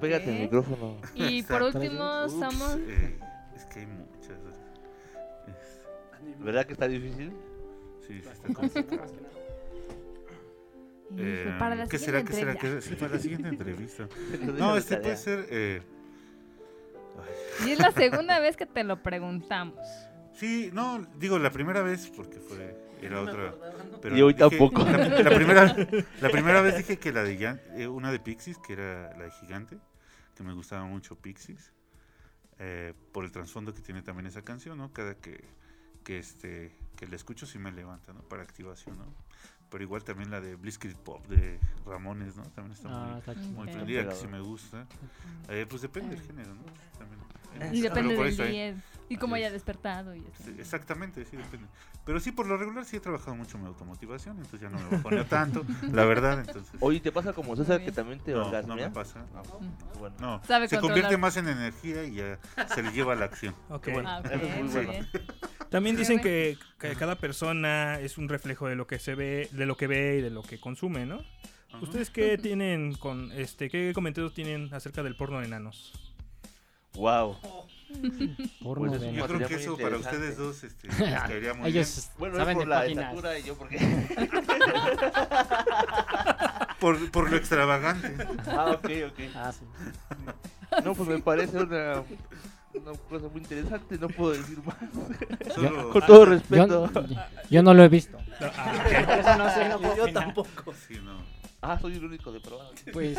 Speaker 5: Pégate el
Speaker 2: Ok.
Speaker 5: micrófono.
Speaker 2: Y por último,
Speaker 6: Ups,
Speaker 2: estamos.
Speaker 6: eh, es que hay muchas. Es-
Speaker 5: *laughs* ¿Verdad que está difícil?
Speaker 6: Sí, sí, está complicado. Eh,
Speaker 2: Para la
Speaker 6: ¿Qué será?
Speaker 2: siguiente
Speaker 6: ¿Qué será?
Speaker 2: entrega.
Speaker 6: ¿Qué será? Sí, para la siguiente entrevista.
Speaker 5: *laughs* Te lo dejo
Speaker 6: No,
Speaker 5: de
Speaker 6: este puede
Speaker 5: tarea.
Speaker 6: ser. eh,
Speaker 2: Y es la segunda vez que te lo preguntamos.
Speaker 6: Sí, no, digo la primera vez porque fue era otra.
Speaker 5: Y hoy
Speaker 6: dije-
Speaker 5: tampoco.
Speaker 6: La, la primera, la primera vez dije que la de Gian- eh, una de Pixies, que era la de Gigante, que me gustaba mucho Pixies, eh, por el trasfondo que tiene también esa canción, ¿no? Cada que, que este que la escucho sí me levanta, ¿no? Para activación, ¿no? Pero igual también la de Blitzkrieg Pop de Ramones, ¿no? También está
Speaker 4: Ah,
Speaker 6: muy,
Speaker 4: está
Speaker 2: Mm.
Speaker 4: chido.
Speaker 6: muy
Speaker 2: Ok.
Speaker 6: prendida, que sí me gusta. Eh, pues depende del género, ¿no? También.
Speaker 2: Y depende
Speaker 6: Pero por
Speaker 2: del
Speaker 6: eso, ¿eh?
Speaker 2: día. Y cómo
Speaker 6: Así
Speaker 2: haya
Speaker 6: es.
Speaker 2: despertado. Y
Speaker 6: Sí,
Speaker 2: así.
Speaker 6: exactamente, sí, depende. Pero sí, por lo regular sí he trabajado mucho mi automotivación, entonces ya no me bajoneo
Speaker 4: *laughs*
Speaker 6: tanto, la verdad, entonces.
Speaker 5: Oye, ¿te pasa como César que también te
Speaker 6: no, no
Speaker 5: orgasmea?
Speaker 6: me pasa. No,
Speaker 4: Mm.
Speaker 5: Bueno,
Speaker 6: no.
Speaker 2: Sabe
Speaker 6: se
Speaker 2: controlar.
Speaker 6: convierte más en energía y ya se le lleva a
Speaker 4: *laughs*
Speaker 6: la acción.
Speaker 3: Ok.
Speaker 5: bueno.
Speaker 2: Ah, ok,
Speaker 5: Eso es muy
Speaker 2: muy
Speaker 5: bueno.
Speaker 2: bien.
Speaker 3: *laughs* También dicen que, que cada persona es un reflejo de lo que se ve, de lo que ve y de lo que consume, ¿no?
Speaker 6: Ajá.
Speaker 3: ¿Ustedes qué tienen con este qué comentarios tienen acerca del porno de enanos?
Speaker 5: wow.
Speaker 4: Porno
Speaker 5: Pues es
Speaker 4: de-
Speaker 5: un
Speaker 6: Yo creo
Speaker 5: Sería
Speaker 6: que
Speaker 5: muy
Speaker 6: eso para
Speaker 5: interesante.
Speaker 6: ustedes dos este, les caería muy
Speaker 4: Ellos
Speaker 6: bien.
Speaker 5: Bueno, es
Speaker 4: saben
Speaker 5: por
Speaker 4: de
Speaker 5: la
Speaker 4: páginas.
Speaker 5: estatura y yo
Speaker 4: *laughs*
Speaker 5: porque... *laughs*
Speaker 6: *laughs* Por, por lo extravagante.
Speaker 5: ah, ok, ok.
Speaker 4: Ah, sí.
Speaker 5: No, pues me parece una, una cosa muy interesante, no puedo decir más. Ah,
Speaker 8: Yo-
Speaker 5: Con
Speaker 3: ah,
Speaker 5: todo respeto.
Speaker 8: Yo, yo no lo he visto.
Speaker 5: Eso no sé, no puedo
Speaker 7: Yo
Speaker 5: opinar.
Speaker 7: tampoco.
Speaker 5: Ah, soy el único de probado.
Speaker 8: Pues.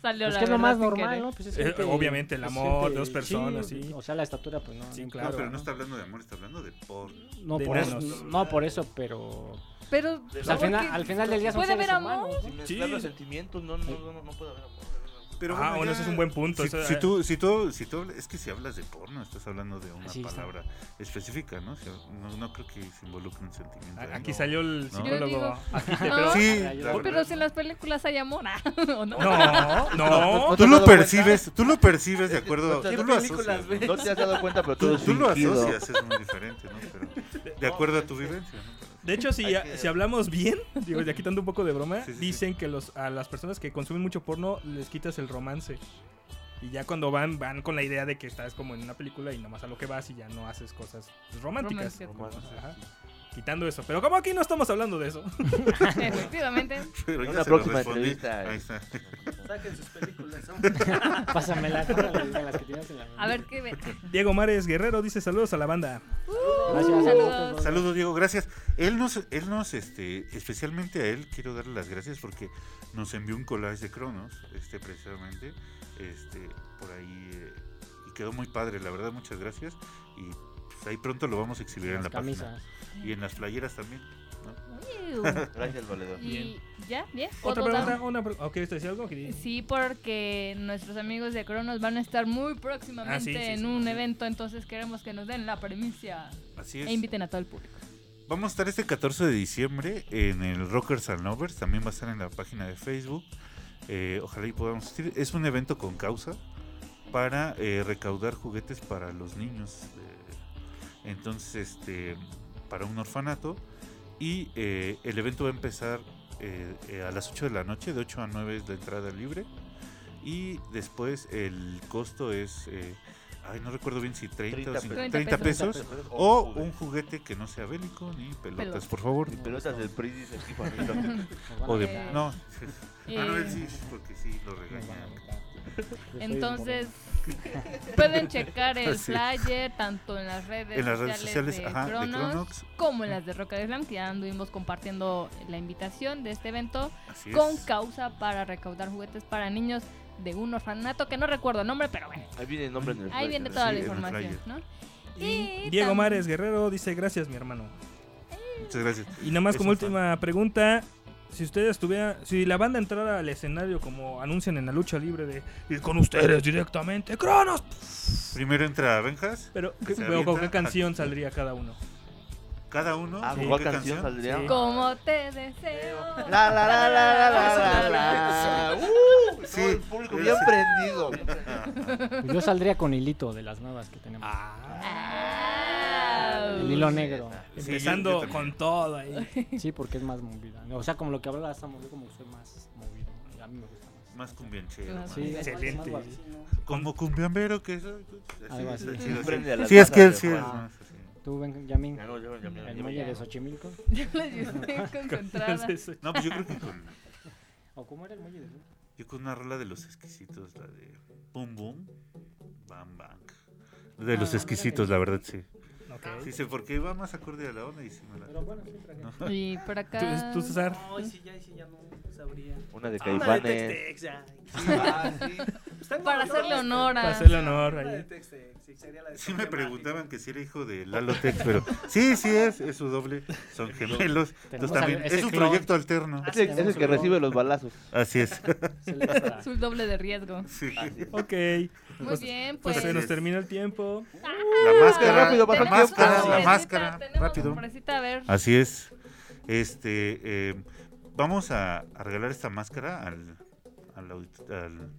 Speaker 2: Salió
Speaker 4: Es
Speaker 2: la
Speaker 4: pues que es lo
Speaker 2: verdad
Speaker 4: más
Speaker 2: sin
Speaker 4: normal,
Speaker 2: querer.
Speaker 4: ¿no? Pues es
Speaker 3: Eh,
Speaker 4: gente-
Speaker 3: obviamente, el
Speaker 4: es
Speaker 3: amor,
Speaker 4: gente-
Speaker 3: dos personas, sí.
Speaker 4: O sea, la estatura, pues no.
Speaker 3: Sí,
Speaker 4: no,
Speaker 3: claro.
Speaker 6: No, pero no está hablando de amor, está hablando de porno.
Speaker 4: No, por eso, no por eso, pero.
Speaker 2: Pero.
Speaker 4: O sea, al, final, al final del día son
Speaker 2: ¿Puede
Speaker 4: seres
Speaker 2: haber amor?
Speaker 4: humanos,
Speaker 5: Sin
Speaker 4: ¿no?
Speaker 5: mezclar los sentimientos, no, no, no, no, no puede haber amor.
Speaker 6: Pero
Speaker 3: Ah, bueno,
Speaker 6: ya-
Speaker 3: ese eh. es un buen punto,
Speaker 6: Si,
Speaker 3: eso-
Speaker 6: si tú, si tú, si tú, es que si hablas de porno, estás hablando de una
Speaker 3: Sí, está.
Speaker 6: palabra específica, ¿no? Si- no, no creo que se involucre un sentimiento.
Speaker 3: A-
Speaker 6: ahí,
Speaker 3: aquí
Speaker 6: ¿no?
Speaker 3: salió el
Speaker 6: ¿No?
Speaker 2: Yo digo,
Speaker 3: Aquí te-
Speaker 2: no,
Speaker 3: pero-
Speaker 6: Sí,
Speaker 2: pero si en las películas hay amor, ah, *laughs* ¿o no?
Speaker 3: No, Pues, no.
Speaker 6: Tú lo percibes, tú lo percibes
Speaker 3: *laughs*
Speaker 6: de acuerdo.
Speaker 5: ¿Qué
Speaker 6: tú lo
Speaker 5: películas
Speaker 6: asocias,
Speaker 5: ves?
Speaker 6: ¿no?
Speaker 5: No te has dado cuenta, pero
Speaker 6: Tú-
Speaker 5: todo es
Speaker 6: tú lo
Speaker 5: fingido.
Speaker 6: asocias, es muy diferente, ¿no? Pero de acuerdo a tu vivencia, ¿no?
Speaker 3: De hecho, si, si hablamos bien, *laughs* digo, ya quitando un poco de broma, dicen que los, a las personas que consumen mucho porno les quitas el romance. Y ya cuando van, van con la idea de que estás como en una película y nomás a lo que vas y ya no haces cosas pues, románticas.
Speaker 2: Románticas.
Speaker 3: Románticas, ajá. Quitando eso. Pero como aquí no estamos hablando de eso. *laughs*
Speaker 2: Efectivamente.
Speaker 6: *laughs* Pero ya
Speaker 5: En una
Speaker 6: se lo
Speaker 5: próxima
Speaker 6: respondí. *laughs*
Speaker 5: entrevista. eh.
Speaker 6: Ahí está.
Speaker 7: Saquen sus películas.
Speaker 6: *laughs*
Speaker 5: *laughs*
Speaker 4: Pásamela, pásamela, las que tienes en la
Speaker 2: A ver qué ve.
Speaker 3: Diego Mares Guerrero dice saludos a la banda.
Speaker 4: Gracias.
Speaker 6: Saludos. Saludos, Diego, gracias. Él nos, él nos, este, especialmente a él quiero darle las gracias porque nos envió un collage de Cronos, este, precisamente, este, por ahí, eh, y quedó muy padre, la verdad, muchas gracias. Y pues, ahí pronto lo vamos a exhibir en la
Speaker 4: Las camisas.
Speaker 6: página. Y en las playeras también. ¿no?
Speaker 5: Gracias, valedor.
Speaker 2: Y ya, bien.
Speaker 3: pues, Otra
Speaker 2: ¿Otro
Speaker 3: pregunta.
Speaker 2: down?
Speaker 3: Una pre- ¿O quieres decir algo?
Speaker 2: Sí, porque nuestros amigos de Cronos van a estar muy próximamente
Speaker 3: Ah, sí, sí,
Speaker 2: en
Speaker 3: sí,
Speaker 2: un evento, entonces queremos que nos den la premicia.
Speaker 6: Así es.
Speaker 2: E inviten a todo el público.
Speaker 6: Vamos a estar este 14 de diciembre en el Rockers and Lovers. También va a estar en la página de Facebook. Eh, ojalá y podamos asistir. Es un evento con causa para eh, recaudar juguetes para los niños. eh, entonces, este, para un orfanato. Y eh, el evento va a empezar eh, eh, a las 8 de la noche. De 8 a 9 es la entrada libre. Y después el costo es... eh, ay, no recuerdo bien si 30, o
Speaker 5: 30
Speaker 6: 50, 30
Speaker 5: 30
Speaker 6: pesos,
Speaker 5: pesos.
Speaker 6: o un juguete que no sea bélico ni pelotas,
Speaker 5: Pelotas.
Speaker 6: por favor. *laughs*
Speaker 5: Pues. Ni pelotas del PRI, dice aquí,
Speaker 4: *laughs*
Speaker 5: Juanito.
Speaker 6: o de...
Speaker 2: Eh,
Speaker 5: *laughs*
Speaker 6: No.
Speaker 2: *laughs* eh.
Speaker 6: Ah, no, él sí, porque sí, lo regañan.
Speaker 2: Entonces, *laughs* pueden
Speaker 6: *laughs*
Speaker 2: checar el
Speaker 6: Así es.
Speaker 2: flyer tanto en las redes,
Speaker 6: En las redes sociales,
Speaker 2: de,
Speaker 6: ajá, de
Speaker 2: Cronos,
Speaker 6: Cronox.
Speaker 2: como en las de Roca Island, que ya anduvimos compartiendo la invitación de este evento
Speaker 6: Así es.
Speaker 2: con causa para recaudar juguetes para niños de un orfanato que no recuerdo el nombre, pero bueno,
Speaker 5: Ahí viene el nombre en el
Speaker 2: ahí
Speaker 5: flyer,
Speaker 2: viene
Speaker 5: ¿no?
Speaker 2: toda la
Speaker 5: Sí, en el
Speaker 2: información,
Speaker 5: flyer.
Speaker 2: ¿no?
Speaker 3: Diego
Speaker 2: tam-
Speaker 3: Mares Guerrero dice gracias, mi hermano.
Speaker 6: Muchas gracias.
Speaker 3: Y nada más
Speaker 6: Es
Speaker 3: como
Speaker 6: un
Speaker 3: última pregunta, si ustedes tuvieran, si la banda entrara al escenario como anuncian en la lucha libre de ir con ustedes directamente, Cronos.
Speaker 6: Primero entra Benjas.
Speaker 3: Pero
Speaker 6: se
Speaker 3: ¿qué- pero
Speaker 6: avienta
Speaker 3: con qué canción
Speaker 6: a-
Speaker 3: saldría cada uno.
Speaker 6: Cada uno.
Speaker 3: Ah,
Speaker 6: ¿con
Speaker 3: ¿con
Speaker 6: qué
Speaker 3: cuál canción saldría?
Speaker 6: Sí.
Speaker 2: Como te deseo.
Speaker 5: La, la, la, la, la, la, la,
Speaker 6: Ah, *laughs*
Speaker 5: la. Uh, todo
Speaker 6: Sí,
Speaker 5: el público
Speaker 6: era
Speaker 5: bien
Speaker 6: así.
Speaker 5: prendido.
Speaker 4: Pues yo saldría con hilito de las nuevas que tenemos.
Speaker 6: Ah,
Speaker 4: El hilo negro.
Speaker 3: Empezando con todo ahí.
Speaker 4: Sí, porque es más movida. O sea, como lo que hablaba Samu, yo como soy más movido. A mí me gusta más.
Speaker 6: Más cumbianchero.
Speaker 4: Sí,
Speaker 6: más-
Speaker 4: es- es más
Speaker 6: Excelente.
Speaker 4: guapito.
Speaker 6: Como cumbiambero que soy.
Speaker 4: Algo así.
Speaker 6: Sí,
Speaker 5: Prende a la
Speaker 6: Sí, es que
Speaker 5: taza
Speaker 6: él
Speaker 5: de
Speaker 6: sí es
Speaker 5: Juan.
Speaker 6: más así.
Speaker 4: Tú, Benjamín.
Speaker 5: Ya no, yo, Benjamín.
Speaker 4: El muelle de *laughs* Xochimilco.
Speaker 2: Ya
Speaker 4: *laughs*
Speaker 2: la estoy concentrada.
Speaker 6: No, pues yo creo que con,
Speaker 4: ¿O cómo era el muelle de
Speaker 6: yo con una rola de los exquisitos, la de Boom Boom, Bam Bang. De los
Speaker 4: Ah,
Speaker 6: exquisitos, la verdad, sí.
Speaker 3: Ok.
Speaker 6: Sí, sé por qué va más acorde a la onda y sí me la.
Speaker 4: Pero bueno, sí traje.
Speaker 6: No.
Speaker 2: *laughs* Y por acá.
Speaker 3: ¿Tú, César?
Speaker 7: Ay, sí, ya, sí, ya no sabría.
Speaker 5: Una de
Speaker 7: Una de
Speaker 5: Caifanes.
Speaker 7: Tex-Tex, ya.
Speaker 5: Ah, sí.
Speaker 7: Está
Speaker 2: Para
Speaker 7: como yo,
Speaker 2: hacerle
Speaker 7: este,
Speaker 2: honor a-
Speaker 3: Para hacerle honor
Speaker 7: Una de
Speaker 3: ahí.
Speaker 7: Tex-Tex, sí, sería la de
Speaker 6: Sí me
Speaker 7: Tex-Tex.
Speaker 6: preguntaban que si era hijo de Lalo Tex, pero sí, sí es, es su doble, son gemelos. Entonces
Speaker 5: Tenemos
Speaker 6: también
Speaker 5: al-
Speaker 6: es
Speaker 5: ese
Speaker 6: un
Speaker 5: clon. Ah,
Speaker 6: proyecto alterno.
Speaker 5: Es el- es el que recibe los balazos.
Speaker 6: Así es.
Speaker 2: Es un doble de riesgo.
Speaker 3: Ok.
Speaker 2: Muy bien, pues.
Speaker 3: Pues se nos termina el tiempo.
Speaker 6: La máscara, la
Speaker 2: rápido, baja el
Speaker 6: máscara,
Speaker 2: tiempo.
Speaker 6: la
Speaker 2: Tenemos
Speaker 6: máscara,
Speaker 2: sorpresita, tenemos
Speaker 6: rápido.
Speaker 2: sorpresita, a ver.
Speaker 6: Así es. Este, eh, vamos a, a regalar esta máscara al, al audit- al-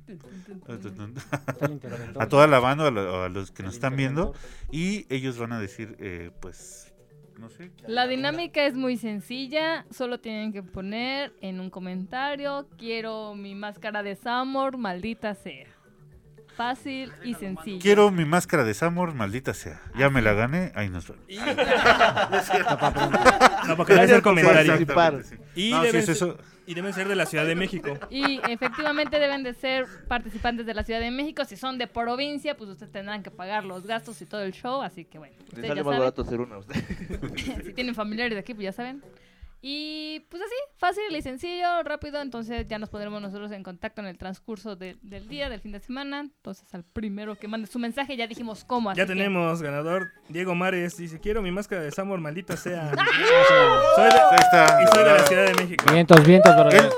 Speaker 6: a toda la banda, a, lo- a los que nos están viendo, y ellos van a decir, eh, pues, no sé,
Speaker 2: La dinámica es muy sencilla, solo tienen que poner en un comentario, quiero mi máscara de Samor, maldita sea. Fácil y sencillo.
Speaker 6: Quiero mi máscara de Samor, maldita sea. Ya me la gané, ahí nos vemos.
Speaker 3: No, porque debe ser comentario. *laughs*
Speaker 6: Exactamente, sí.
Speaker 3: Y
Speaker 6: No, sí,
Speaker 3: deben
Speaker 6: es
Speaker 3: ser-
Speaker 6: eso.
Speaker 3: Y deben ser de la Ciudad de México.
Speaker 2: Y efectivamente deben de ser participantes de la Ciudad de México. Si son de provincia, pues ustedes tendrán que pagar los gastos y todo el show. Así que bueno,
Speaker 5: Le
Speaker 2: ustedes
Speaker 5: sale
Speaker 2: ya
Speaker 5: más
Speaker 2: saben.
Speaker 5: barato hacer una a usted.
Speaker 2: *laughs* si tienen familiares de aquí, pues ya saben. Y pues así, fácil y sencillo, rápido. Entonces ya nos pondremos nosotros en contacto en el transcurso de- del día, del fin de semana. Entonces al primero que mande su mensaje ya dijimos cómo. así
Speaker 3: Ya
Speaker 2: que-
Speaker 3: tenemos ganador Diego Mares. Dice: Quiero mi máscara de Samor, maldita
Speaker 2: *laughs*
Speaker 3: sea. soy de,
Speaker 6: Ahí está,
Speaker 3: y soy de la
Speaker 6: bravo.
Speaker 3: Ciudad de México.
Speaker 8: Vientos, vientos, brother.
Speaker 6: Él-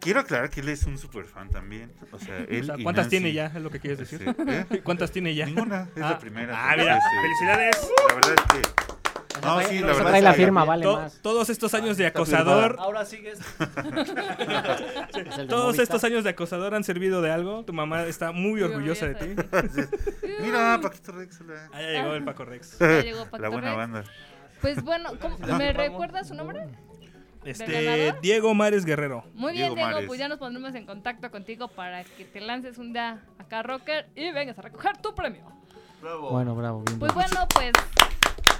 Speaker 6: Quiero aclarar que él es un super fan también. O sea,
Speaker 3: *laughs*
Speaker 6: él
Speaker 3: O sea,
Speaker 6: y
Speaker 3: ¿Cuántas
Speaker 6: Nancy-
Speaker 3: tiene ya? Es lo que quieres decir.
Speaker 6: Sí. ¿Eh?
Speaker 3: *laughs* ¿Cuántas tiene ya?
Speaker 6: Ninguna, es la primera.
Speaker 3: Ah, mira,
Speaker 6: Entonces, eh,
Speaker 3: felicidades.
Speaker 6: La verdad es que. No, sí, la verdad.
Speaker 8: trae
Speaker 6: es
Speaker 8: la
Speaker 6: que-
Speaker 8: firma, vale
Speaker 3: To-
Speaker 8: más.
Speaker 3: Todos estos años de
Speaker 6: Está
Speaker 3: acosador.
Speaker 6: firmada. Ahora
Speaker 7: sigue esto.
Speaker 6: Es el de
Speaker 3: *laughs* Todos
Speaker 6: Movistar.
Speaker 3: estos años de acosador han servido de algo. Tu mamá está muy orgullosa de ti.
Speaker 6: *laughs* Mira, Paquito Rex.
Speaker 3: Ah, ya llegó el Paco Rex.
Speaker 2: Ya llegó Paco
Speaker 6: La buena
Speaker 2: Rex.
Speaker 6: banda.
Speaker 2: Pues bueno,
Speaker 6: *laughs*
Speaker 2: ¿cómo- ¿me recuerda su nombre? ¿Del
Speaker 3: Este,
Speaker 2: ganador?
Speaker 3: Diego Mares Guerrero.
Speaker 2: Muy bien, Diego, pues ya nos pondremos en contacto contigo para que te lances un día acá, Rocker, y vengas a recoger tu premio.
Speaker 4: Bueno, bravo, bien.
Speaker 2: Pues bueno, pues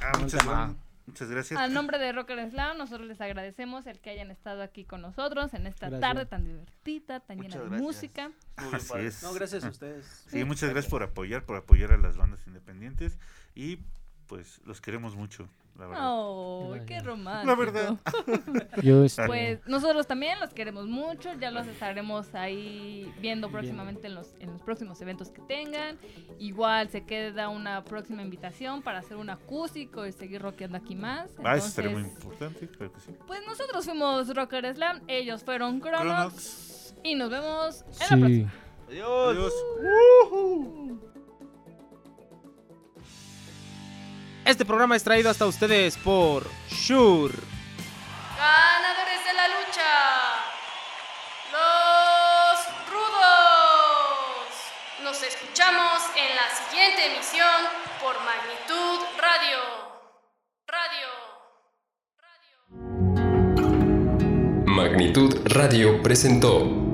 Speaker 6: Ah, muchas, gra- muchas gracias.
Speaker 2: Al nombre de Rocker Slam, nosotros les agradecemos el que hayan estado aquí con nosotros en esta
Speaker 6: Gracias.
Speaker 2: tarde tan divertida, tan
Speaker 6: Muchas
Speaker 2: llena de
Speaker 6: gracias.
Speaker 2: música.
Speaker 6: Así es.
Speaker 7: No, gracias a ustedes.
Speaker 6: Sí, muchas gracias por apoyar, por apoyar a las bandas independientes. Y pues los queremos mucho, la verdad.
Speaker 2: Oh, qué romántico.
Speaker 6: La
Speaker 2: *laughs*
Speaker 6: verdad.
Speaker 8: Yo, este-
Speaker 2: Pues nosotros también los queremos mucho, ya los estaremos ahí viendo próximamente en los, en los próximos eventos que tengan. Igual se queda una próxima invitación para hacer un acústico y seguir rockeando aquí más.
Speaker 6: Ah, eso estaría muy
Speaker 2: Entonces,
Speaker 6: importante, claro que sí.
Speaker 2: pues nosotros fuimos Rocker Slam, ellos fueron Cronox y nos vemos en la próxima.
Speaker 8: Sí.
Speaker 5: Adiós.
Speaker 8: Este programa es traído hasta ustedes por Shure.
Speaker 22: Ganadores de la lucha. Los rudos. Nos escuchamos en la siguiente emisión por Magnitud Radio. Radio.
Speaker 9: Magnitud Radio presentó